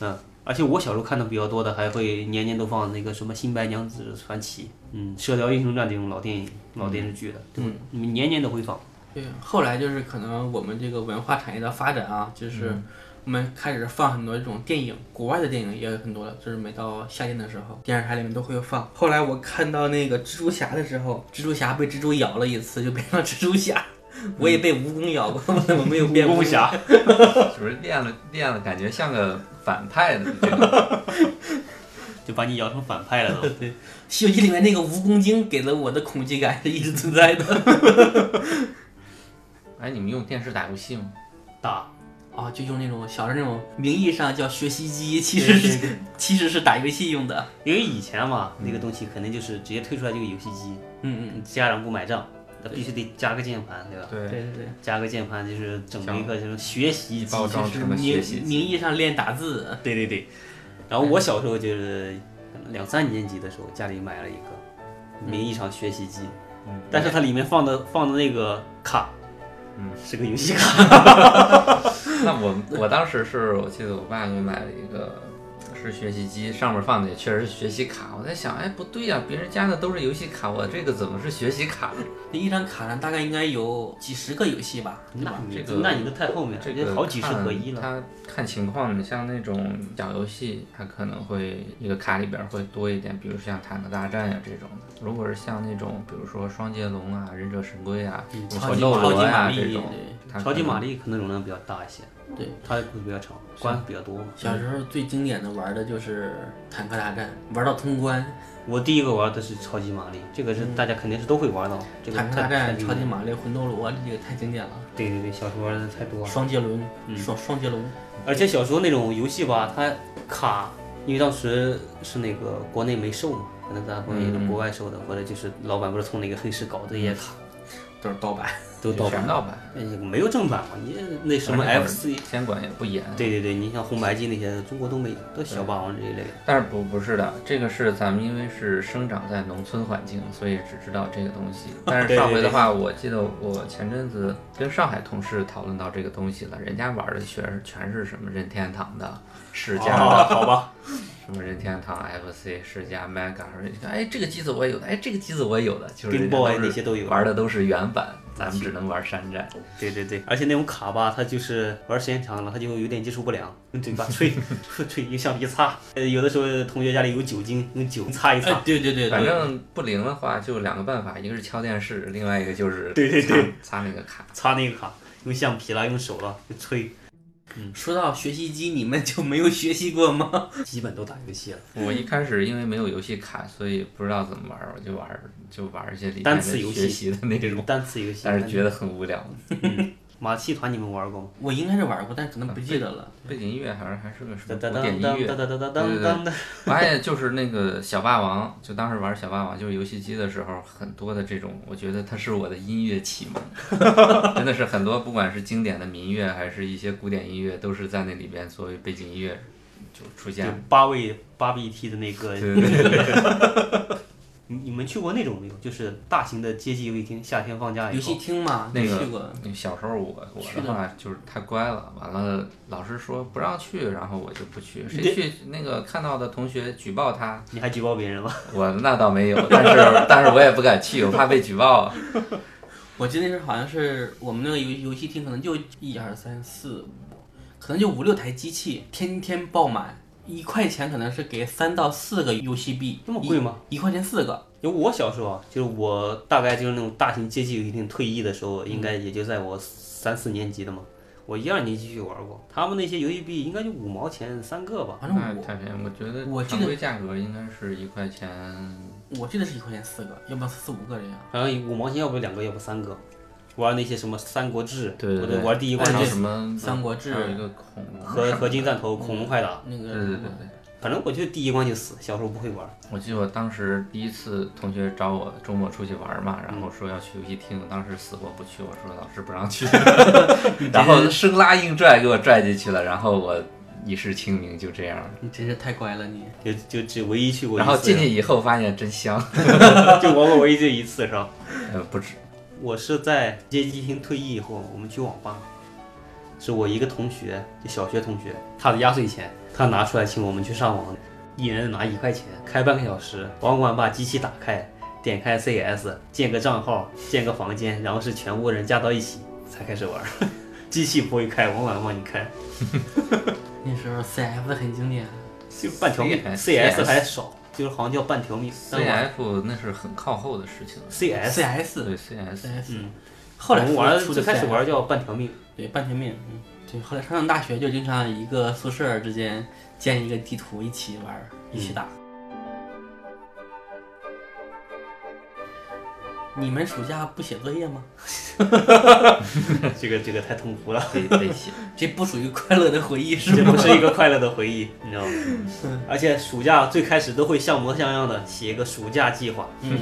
B: 嗯，而且我小时候看的比较多的，还会年年都放那个什么《新白娘子传奇》，嗯，《射雕英雄传》这种老电影、老电视剧的，对吧，年年都会放。
C: 对，后来就是可能我们这个文化产业的发展啊，就是我们开始放很多这种电影，国外的电影也有很多了，就是每到夏天的时候，电视台里面都会有放。后来我看到那个蜘蛛侠的时候，蜘蛛侠被蜘蛛咬了一次，就变成蜘蛛侠。我也被蜈蚣咬过，我怎么没有变？
B: 功侠，
A: 就是练了练了，感觉像个反派的这种。
B: 就把你摇成反派 了都。
C: 《西游记》里面那个蜈蚣精给了我的恐惧感是一直存在的。
A: 哎，你们用电视打游戏吗？
B: 打，
C: 啊，就用那种小时候那种名义上叫学习机，其实是其实是打游戏用的。
B: 因为以前嘛，那个东西肯定就是直接推出来就有游戏机，
C: 嗯嗯，
B: 家长不买账，那必须得加个键盘，对吧？
C: 对
A: 对，
C: 对对。
B: 加个键盘就是整一个就是学习
A: 一
B: 机
A: 包装
B: 制
A: 成了学
C: 名
A: 习机
C: 名义上练打字，
B: 对对对。然后我小时候就是可能两三年级的时候，家里买了一个名义上学习机，
A: 嗯
B: 但是它里面放的放的那个卡，
A: 嗯，
B: 是个游戏卡，
A: 那我我当时是我记得我爸就买了一个是学习机，上面放的也确实是学习卡。我在想，哎，不对呀、别人家的都是游戏卡，我这个怎么是学习卡？
C: 那一张卡上大概应该有几十个游戏吧。
B: 那你
A: 这个
B: 那你都太后面了，
A: 这
B: 这
A: 个
B: 好几十合一了。
A: 它看情况，你像那种小游戏，它可能会一个卡里边会多一点，比如像坦克大战呀、这种的。如果是像那种，比如说双截龙啊、忍者神龟啊、
B: 嗯
A: 魂
C: 超级
A: 斗
C: 超级
A: 罗
C: 玛
A: 呀
C: 丽，
A: 这
C: 对
A: 种，。它
B: 超级
A: 可能
B: 玛丽可能容量比较大一些，
C: 对，
B: 它故事比较长，关比较多嘛。
C: 小时候最经典的玩的就是坦克大战，玩到通关。
B: 我第一个玩的是超级玛丽，这个是
A: 嗯
B: 大家肯定是都会玩到。这个
C: 坦克
B: 太
C: 大
B: 太
C: 战、
B: 经
C: 超级
B: 典了
C: 玛丽、魂斗罗，这个太经典了。
B: 对对对，小时候玩的太多了。
C: 双截龙，双双截龙，
B: 而且小时候那种游戏吧，它卡，因为当时是那个国内没售嘛，可能咱国内也是国外售的，或者就是老板不是从那个黑市搞的这些卡，
C: 都是盗版。
B: 都盗版
A: 全
B: 的，
A: 盗版，
B: 哎没有正版嘛，你那什么
A: 而且
B: FC，
A: 监管也不严。
B: 对对对，你像红白机那些，中国都没有，都小霸王这一类的。
A: 但是不不是的，这个是咱们因为是生长在农村环境，所以只知道这个东 西。但是
B: 对对
A: 上回的话，我记得我前阵子跟上海同事讨论到这个东西了，人家玩的全是全是什么任天堂的、世嘉的，
B: 啊好吧，
A: 什么任天堂 FC、世嘉 Mega，你看，哎，这个机子我也有的，哎，这个机子我也有的，就是
B: Game
A: 人家
B: Boy
A: 是
B: 那些都有
A: 玩的都是原版，咱们只能玩山寨。
B: 对对对，而且那种卡吧，它就是玩时间长了，它就有点接触不良，用嘴巴 吹吹吹，用橡皮擦，呃，有的时候同学家里有酒精，用酒擦一擦
C: 哎，，对对对
A: 反
C: 对，
A: 正不灵的话，就两个办法，一个是敲电视，另外一个就是
B: 对对对
A: 擦，擦那个卡。
B: 擦那个卡，用橡皮啦，用手啦，就吹，
C: 说到学习机，你们就没有学习过吗？
B: 基本都打游戏了。
A: 我一开始因为没有游戏卡，所以不知道怎么玩儿，我就玩儿就玩儿一些里面
B: 单
A: 的
B: 词游戏
A: 学习的内容，
B: 单词游戏，
A: 但是觉得很无聊。
B: 马戏团你们玩过吗？
C: 我应该是玩过，但可能不记得了。
A: 背景音乐好像还是个什
B: 哒
A: 么古
B: 哒哒
A: 典
B: 当
A: 音乐，
B: 当哒哒哒当当当。
A: 我发现就是那个小霸王，就当时玩小霸王，就是游戏机的时候，很多的这种，我觉得它是我的音乐启蒙， 真的是很多，不管是经典的民乐，还是一些古典音乐，都是在那里边作为背景音乐就出
B: 就
A: 现了。
B: 八位八 BT 的那个，
A: 对对对，
B: 你你们去过那种没有？就是大型的街机游戏厅，夏天放假以
C: 游戏
B: 后，
C: 厅嘛，
A: 那个
C: 去过。
A: 那小时候我我
C: 去
A: 的
C: 的
A: 话就是太乖了，完了老师说不让去，然后我就不去。
B: 你这
A: 谁去那个看到的同学举报他，
B: 你还举报别人吗？
A: 我那倒没有，但是但是我也不敢去，我怕被举报。
C: 我记得是好像是我们那个游游戏厅，可能就一二三四五，可能就五六台机器，天天爆满。一块钱可能是给三到四个游戏币，
B: 那么贵吗
C: 一？一块钱四个，
B: 因为我小时候啊，就是我大概就是那种大型街机游戏厅退役的时候，
A: 嗯
B: 应该也就在我三四年级的嘛。我一二年级去玩过，他们那些游戏币应该就五毛钱三个吧。
C: 反正
A: 那
C: 我
A: 太便宜，我觉
C: 我
A: 得
C: 记得
A: 常规价格应该是一块钱。
B: 嗯
C: 我记得是一块钱四个，要不然四五个这样。
B: 好像五毛钱，要不两个，要不三个。玩那些什么《三国志》，
A: 对
B: 我
A: 对
B: 就
A: 对，
B: 玩第一关
A: 还
C: 哎
A: 有
C: 对
A: 什么
C: 三国志
A: 还有一个恐龙
B: 合
A: 什么
B: 合金
A: 的
B: 弹头、恐龙快打，
C: 那
A: 对
C: 个
A: 对对对，
B: 反正我就第一关就死，小时候不会玩。
A: 我记得我当时第一次同学找我周末出去玩嘛，然后说要去游戏厅，当时死活不去，我说老师不让去，然后生拉硬拽给我拽进去了，然后我一世清明就这样了。
C: 你真是太乖了你。
B: 就就只唯一去过一
A: 然
B: 次，
A: 后进去以后发现真香，
B: 就玩过唯一这一次是吧？
A: 呃，不止，
B: 我是在街机厅退役以后，我们去网吧，是我一个同学，就小学同学，他的压岁钱，他拿出来请我们去上网，一人拿一块钱，开半个小时，网管把机器打开，点开 CS，建个账号，建个房间，然后是全屋人加到一起才开始玩， 机器不会开，网管帮你开，
C: 那时候 CF 很经典，
B: 就半条命
A: CS
B: ，CS 还少，就是好像叫半条命，但我
A: CF 那是很靠后的事情了。
B: CS，
C: CS
A: 对 CS，
C: CS，
B: 嗯，
C: 后来
B: 我们玩
C: 出
B: 最
C: 的
B: 开始
C: CF
B: 玩叫半条命，
C: 对半天命，嗯，对，后来上大学就经常一个宿舍之间建一个地图一起玩儿，一
B: 嗯
C: 起打。你们暑假不写作业吗？
B: 这个这个太痛苦了。
A: 得得写。
C: 这不属于快乐的回忆是
B: 这
C: 吗
B: 不？是一个快乐的回忆，你知道吗？而且暑假最开始都会像模像样的写一个暑假计划，嗯，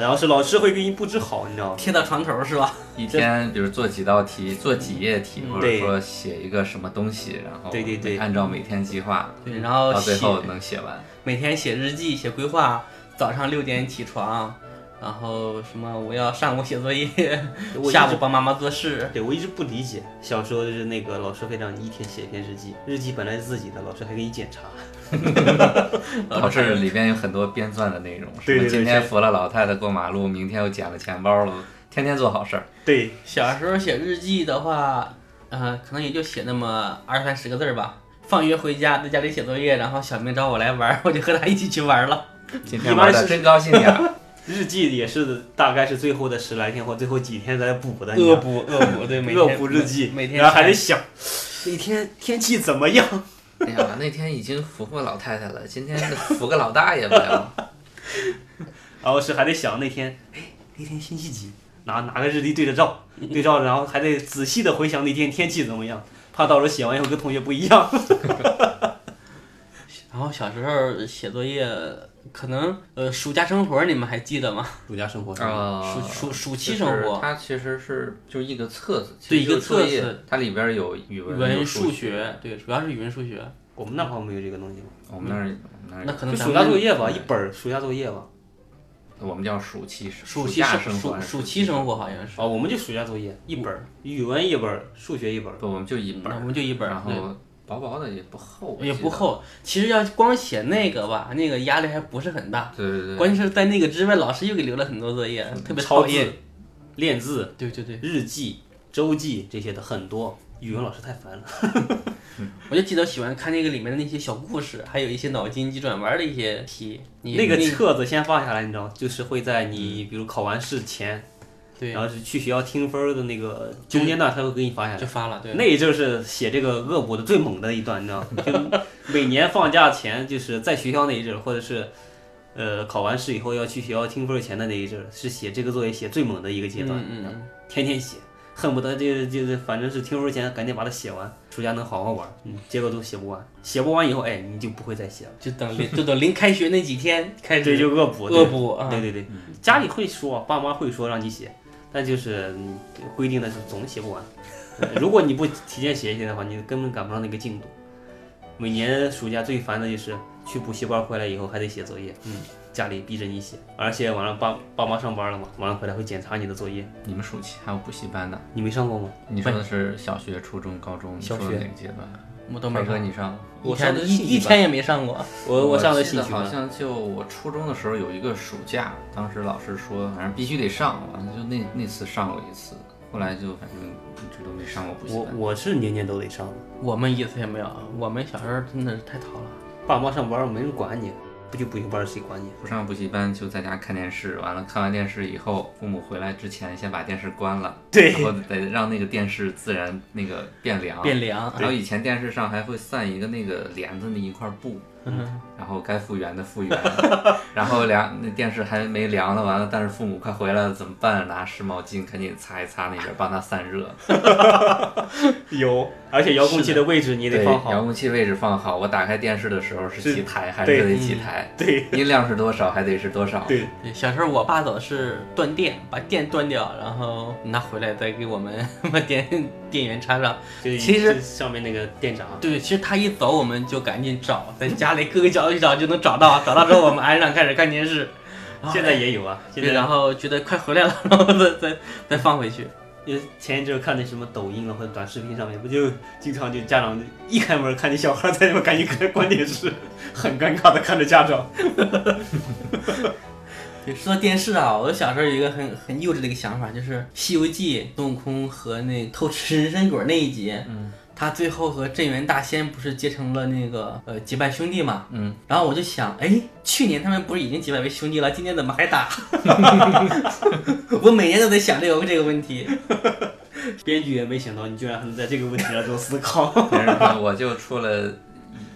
B: 然后是老师会给你布置好，你知道吗？
C: 贴到床头是吧？
A: 一天，比如做几道题，做几页题，或者
B: 对
A: 说写一个什么东西，然后
B: 对对对
A: 按照每天计划，
C: 对，然后
B: 啊
A: 到最
C: 写
A: 后能写完。
C: 每天写日记、写规划，早上六点起床，然后什么我要上午写作业，
B: 我一直
C: 下午帮妈妈做事。
B: 对我一直不理解，小时候就是那个老师会让你一天写一篇日记，日记本来是自己的，老师还给你检查，
A: 导致里边有很多编撰的内容，什
B: 对
A: 么
B: 对对
A: 今天
B: 对
A: 扶了老太太过马路，明天又捡了钱包了，天天做好事儿。
B: 对，
C: 小时候写日记的话，呃，可能也就写那么二三十个字儿吧。放学回家，在家里写作业，然后小明找我来玩儿， 我就和他一起去玩儿了。
A: 今天玩的真高兴呀！
B: 日记也是大概是最后的十来天或最后几天才补的，你知
C: 恶
B: 道吗
C: 补恶补，对，每天
B: 恶补日记，
C: 每天
B: 然后还得
C: 看
B: 想那天天气怎么样，
A: 哎呀，那天已经扶过老太太了，今天扶个老大爷不 了。
B: 然后是还得想那天，哎，那天星期几，拿拿个日历对着照，对照，然后还得仔细的回想那天天气怎么样，怕到时候写完以后跟同学不一样。
C: 然后小时候写作业，可能呃，暑假生活你们还记得吗？
B: 暑假生活
A: 啊
C: 暑暑暑期
A: 其
C: 生
A: 实
C: 活，
A: 它其实是就一个册子，
C: 对
A: 其实就是
C: 一个册子
A: 作业，它里边有语
C: 语
A: 文、有
C: 文、
A: 数
C: 数，学，对，主要是语文、数学。
B: 我们那好像没有这个东西吧？
A: 我们那儿
C: 嗯
A: 我们那儿
C: 那可
B: 就
C: 能咱
B: 暑
C: 们
B: 假作业吧，一本儿暑假作业吧。
A: 我们叫暑期
C: 暑期
A: 假
C: 生
A: 生活
C: 暑
A: 还是
C: 暑期生活好像是，
B: 哦，我们就暑假作业一本儿，语文一本儿，数学一本儿。
A: 不，我们就一本
C: 那我
A: 儿，
C: 们就一本儿，
A: 然后薄薄的也不厚，
C: 对
A: 我
C: 也
A: 记
C: 不
A: 得。
C: 厚。其实要光写那个吧，那个压力还不是很大。
A: 对对对，
C: 关键是在那个之外，老师又给留了很多作业，嗯特别
B: 抄
C: 讨
B: 字
C: 厌。、
B: 练字、
C: 对对对，
B: 日记、周记这些的很多。语文老师太烦了。
C: 我就记得喜欢看那个里面的那些小故事，还有一些脑筋急转弯的一些题。你
B: 那个册子先放下来，你知道吗，就是会在你比如考完试前
C: 对
B: 然后是去学校听分儿的那个
C: 就是
B: 中间段，他会给你发下来。
C: 就发了，对，
B: 那就是写这个恶补的最猛的一段，你知道吗？ 就每年放假前，就是在学校那一阵儿，或者是，呃，考完试以后要去学校听分儿前的那一阵儿，是写这个作业写最猛的一个阶段，
C: 嗯嗯嗯，
B: 天天写，恨不得这就是反正是听分儿前赶紧把它写完，暑假能好好玩儿。嗯，结果都写不完，写不完以后，哎，你就不会再写了，
C: 嗯就等临就等临开学那几天开
B: 对，
C: 始
B: 就恶补，对
C: 恶补啊。
B: 对对对，
A: 嗯
B: 家里会说，爸妈会说让你写，但就是嗯规定的是总写不完。 如果你不提前写一写的话，你根本赶不上那个进度。每年暑假最烦的就是去补习班回来以后还得写作业，嗯，家里逼着你写，而且晚上爸爸妈上班了嘛，晚上回来会检查你的作业。
A: 你们暑期还有补习班呢？
B: 你没上过吗？
A: 你说的是小学、初中、高中，你
B: 小
A: 说的
B: 学
A: 哪个阶段？
C: 我都没
A: 没
C: 上
A: 哥，你上吗？
C: 一
B: 我上的
C: 天
B: 是
C: 一
B: 兴趣
C: 一
B: 班
C: 天也没上过。
B: 我我上的
A: 记
B: 兴
A: 得
B: 趣
A: 好
B: 班，
A: 像就我初中的时候有一个暑假，当时老师说反正必须得上，完了就那那次上过一次，后来就反正一直都没上过补习
B: 我
A: 班。
B: 我是年年都得上的，
C: 我们一次也没有，我们小时候真的是太淘了。
B: 爸妈上班没人管你，不去补习班谁管你？
A: 不上补习班就在家看电视，完了看完电视以后，父母回来之前先把电视关了，
B: 对
A: 然后得让那个电视自然那个变凉。
C: 变凉，
A: 啊然后以前电视上还会散一个那个帘子那一块布，然后该复原的复原，嗯 然后凉那电视还没凉呢，完了，但是父母快回来了怎么办？拿湿毛巾赶紧擦一擦那边，帮他散热。
B: 有，而且遥控器的位置你也
A: 对，
B: 得放好。
A: 遥控器位置放好。我打开电视的时候是
B: 是
A: 几台还
B: 对
A: 是得几台，
B: 对
A: 音量是多少还得是多少。
B: 对，
C: 对，小时候我爸总是断电，把电断掉，然后拿回来再给我们 把电电源插上。
B: 就
C: 其实
B: 就上面那个店长，啊
C: 对，其实他一走我们就赶紧找，在家里各个角落一找就能找到，找到之后我们安上开始看电视。 然后
B: 现在也有啊，现
C: 哦哎对，然
B: 在
C: 后觉得快回来了，然后再再再放回去。
B: 因为前一阵看那什么抖音了啊或者短视频上面，不就经常就家长一开门看见小孩在那边赶紧开关电视， 很尴尬的看着家长。
C: 对，说到电视啊，我小时候有一个很很幼稚的一个想法，就是《西游记》孙悟空和那偷吃人参果那一集，
A: 嗯，
C: 他最后和镇元大仙不是结成了那个呃结拜兄弟嘛？
A: 嗯，
C: 然后我就想，哎，去年他们不是已经结拜为兄弟了，今年怎么还 打？我每年都在想这个这个问题。
B: 编剧也没想到你居然还能在这个问题上做思考。
A: 别人看我就出了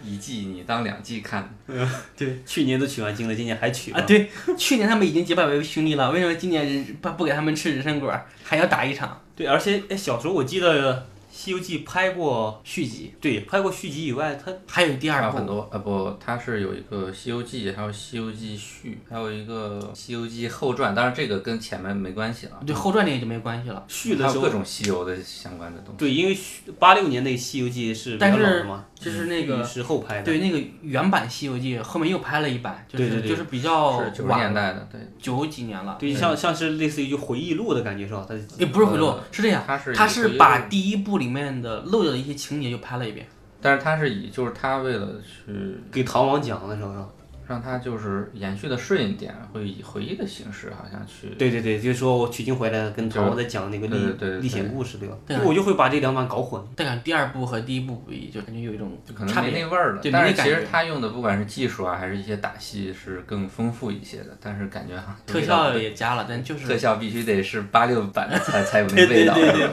A: 一一季，你当两季看。
B: 对，去年都取完经了，今年还取
C: 啊，
B: 吗
C: 对，去年他们已经结拜为兄弟了，为什么今年人不不给他们吃人参果，还要打一场
B: 对，而且哎，小时候我记得《西游记》拍过，
C: 续集？
B: 对，拍过续集以外，它
C: 还有第
A: 还有
C: 二
A: 很
C: 部，
A: 多呃不，它是有一个《西游记》，还有《西游记续》，还有一个《西游记后传》，当然这个跟前面没关系了。
C: 对后传那个就没关系了。
B: 续
A: 还
B: 的时
A: 有各
B: 候，
A: 种西游的相关的东西。
B: 对，因为八六年那个《西游记》是比较
C: 但
B: 老
C: 是
B: 的嘛，
C: 就是那个
B: 玉石后拍的。
C: 对，那个原版《西游记》后面又拍了一版，就是
B: 对对对
C: 就是比较
A: 是九十
C: 晚
A: 年
C: 了，
A: 代的，对，
C: 九几年了，嗯
B: 对，像像是类似于就回忆录的感觉是吧？它
C: 也不是回落
A: 呃，
C: 是这样，
A: 它是
C: 他
A: 以
C: 是
A: 回忆
C: 把
A: 录，
C: 第一部里面的漏掉的一些情节又拍了一遍。
A: 但是它是以就是他为了去
C: 嗯
B: 给唐王讲的时候是吧？
A: 让它就是延续的顺一点，会以回忆的形式好像去
B: 对对对，就是说我取经回来跟唐王在讲那个
A: 对对对
B: 历
A: 对
B: 历险故事对吧？
C: 对啊
B: 我就会把这两版搞混。
C: 但感觉第二部和第一部不一，就感觉有一种
A: 就可能
C: 差
A: 没
C: 别。
A: 那味儿了
C: 对。
A: 但
C: 没
A: 是
C: 那
A: 其
C: 感
A: 实
C: 觉
A: 它用的不管是技术啊，还是一些打戏是更丰富一些的，但是感觉啊，
C: 特效也加了，但就是
A: 特效必须得是八六版的才才有那
C: 对
A: 味
C: 对
A: 道，
C: 对
A: 是
C: 对
A: 吧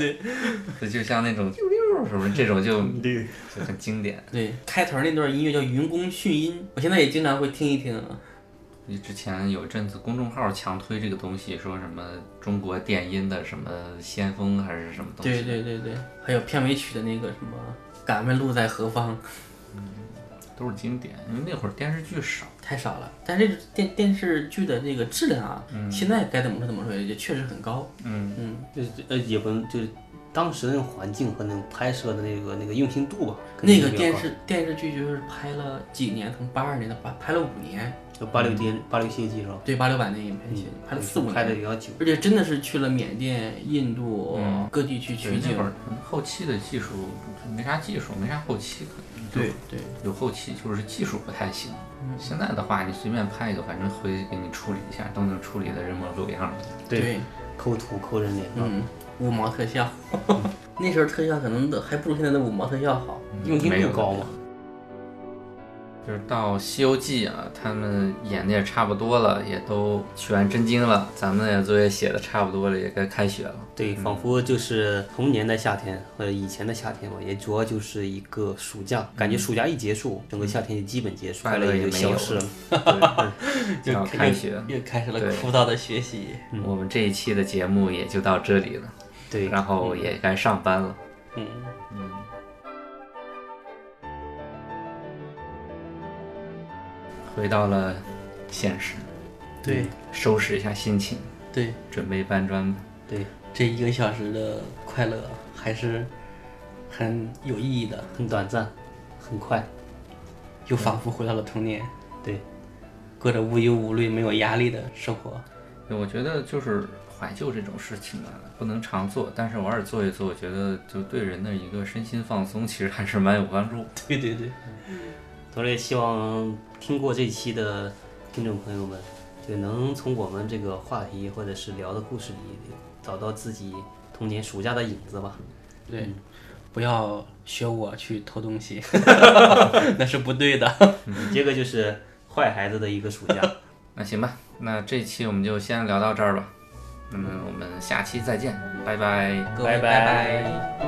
C: 对
A: 就就像那种什么这种就
C: 嗯
B: 对，
A: 就很经典。
C: 对，开头那段音乐叫《云宫迅音》，我现在也经常会听一听。
A: 你之前有一阵子公众号强推这个东西，说什么中国电音的什么先锋还是什么东西？
C: 对对对对，还有片尾曲的那个什么“敢问路在何方
A: 都是经典，因为那会儿电视剧少，”
C: 太少了，但是这电电视剧的这个质量啊，现在该怎么说怎么说，也确实很高。
A: 嗯
C: 嗯，
B: 就是呃也不能就是当时那种环境和那种拍摄的那个那个用心度吧。肯定
C: 那
B: 是比较
C: 个电
B: 高
C: 视电视剧就是拍了几年，从八二年到八拍了五年，
B: 就八六电八六西游记是吧？嗯
C: 对八六版那一拍
A: 嗯
C: 戏嗯拍了四五
B: 拍的
C: 年，
B: 比较久。
C: 而且真的是去了缅甸、印度、
A: 嗯
C: 各地去取
A: 那
C: 景
A: 会。儿后期的技术没啥技术，没啥后期可能
C: 对对，
A: 有后期就是技术不太行。
C: 嗯
A: 现在的话，你随便拍一个，反正回去给你处理一下，都能处理的人模狗样的。
B: 对，，抠图抠人脸，
C: 嗯，五毛特效，
A: 嗯
C: 那时候特效可能还不如现在的五毛特效好。
B: 用心
A: 没有
B: 度高嘛。
A: 就是到《西游记》啊，他们演的也差不多了，也都取完真经了，咱们也作业写的差不多了，也该开学 了。
B: 对，仿佛就是童年的夏天或者以前的夏天吧，也主要就是一个暑假，感
C: 嗯
B: 觉暑假一结束，整个夏天就基本结束，
A: 快乐
B: 快
A: 也
B: 就
A: 没有
B: 消失了。
A: 对，要开学。
C: 又开始了
A: 对
C: 枯燥的学习，
A: 我们这一期的节目也就到这里了，
B: 对，
A: 然后也该上班了。
B: 嗯，
A: 回到了现实，
B: 嗯
C: 对
A: 收拾一下心情，
C: 对，
A: 准备搬砖吧。
B: 对，
C: 这一个小时的快乐还是很有意义的，
B: 很短暂，很快。
C: 又仿佛回到了童年，
B: 对，
C: 过着无忧无虑、没有压力的生活。
A: 对我觉得就是怀旧这种事情啊，不能常做，但是偶尔做一做，我觉得就对人的一个身心放松，其实还是蛮有帮助。
C: 对对对，
B: 同时也希望听过这期的听众朋友们，就能从我们这个话题或者是聊的故事里，找到自己童年暑假的影子吧。
C: 对，不要学我去偷东西，那是不对的。
B: 你这个就是坏孩子的一个暑假。
A: 那行吧，那这期我们就先聊到这儿吧。那么我们下期再见，拜拜。
C: 各位
B: 拜拜
C: 拜拜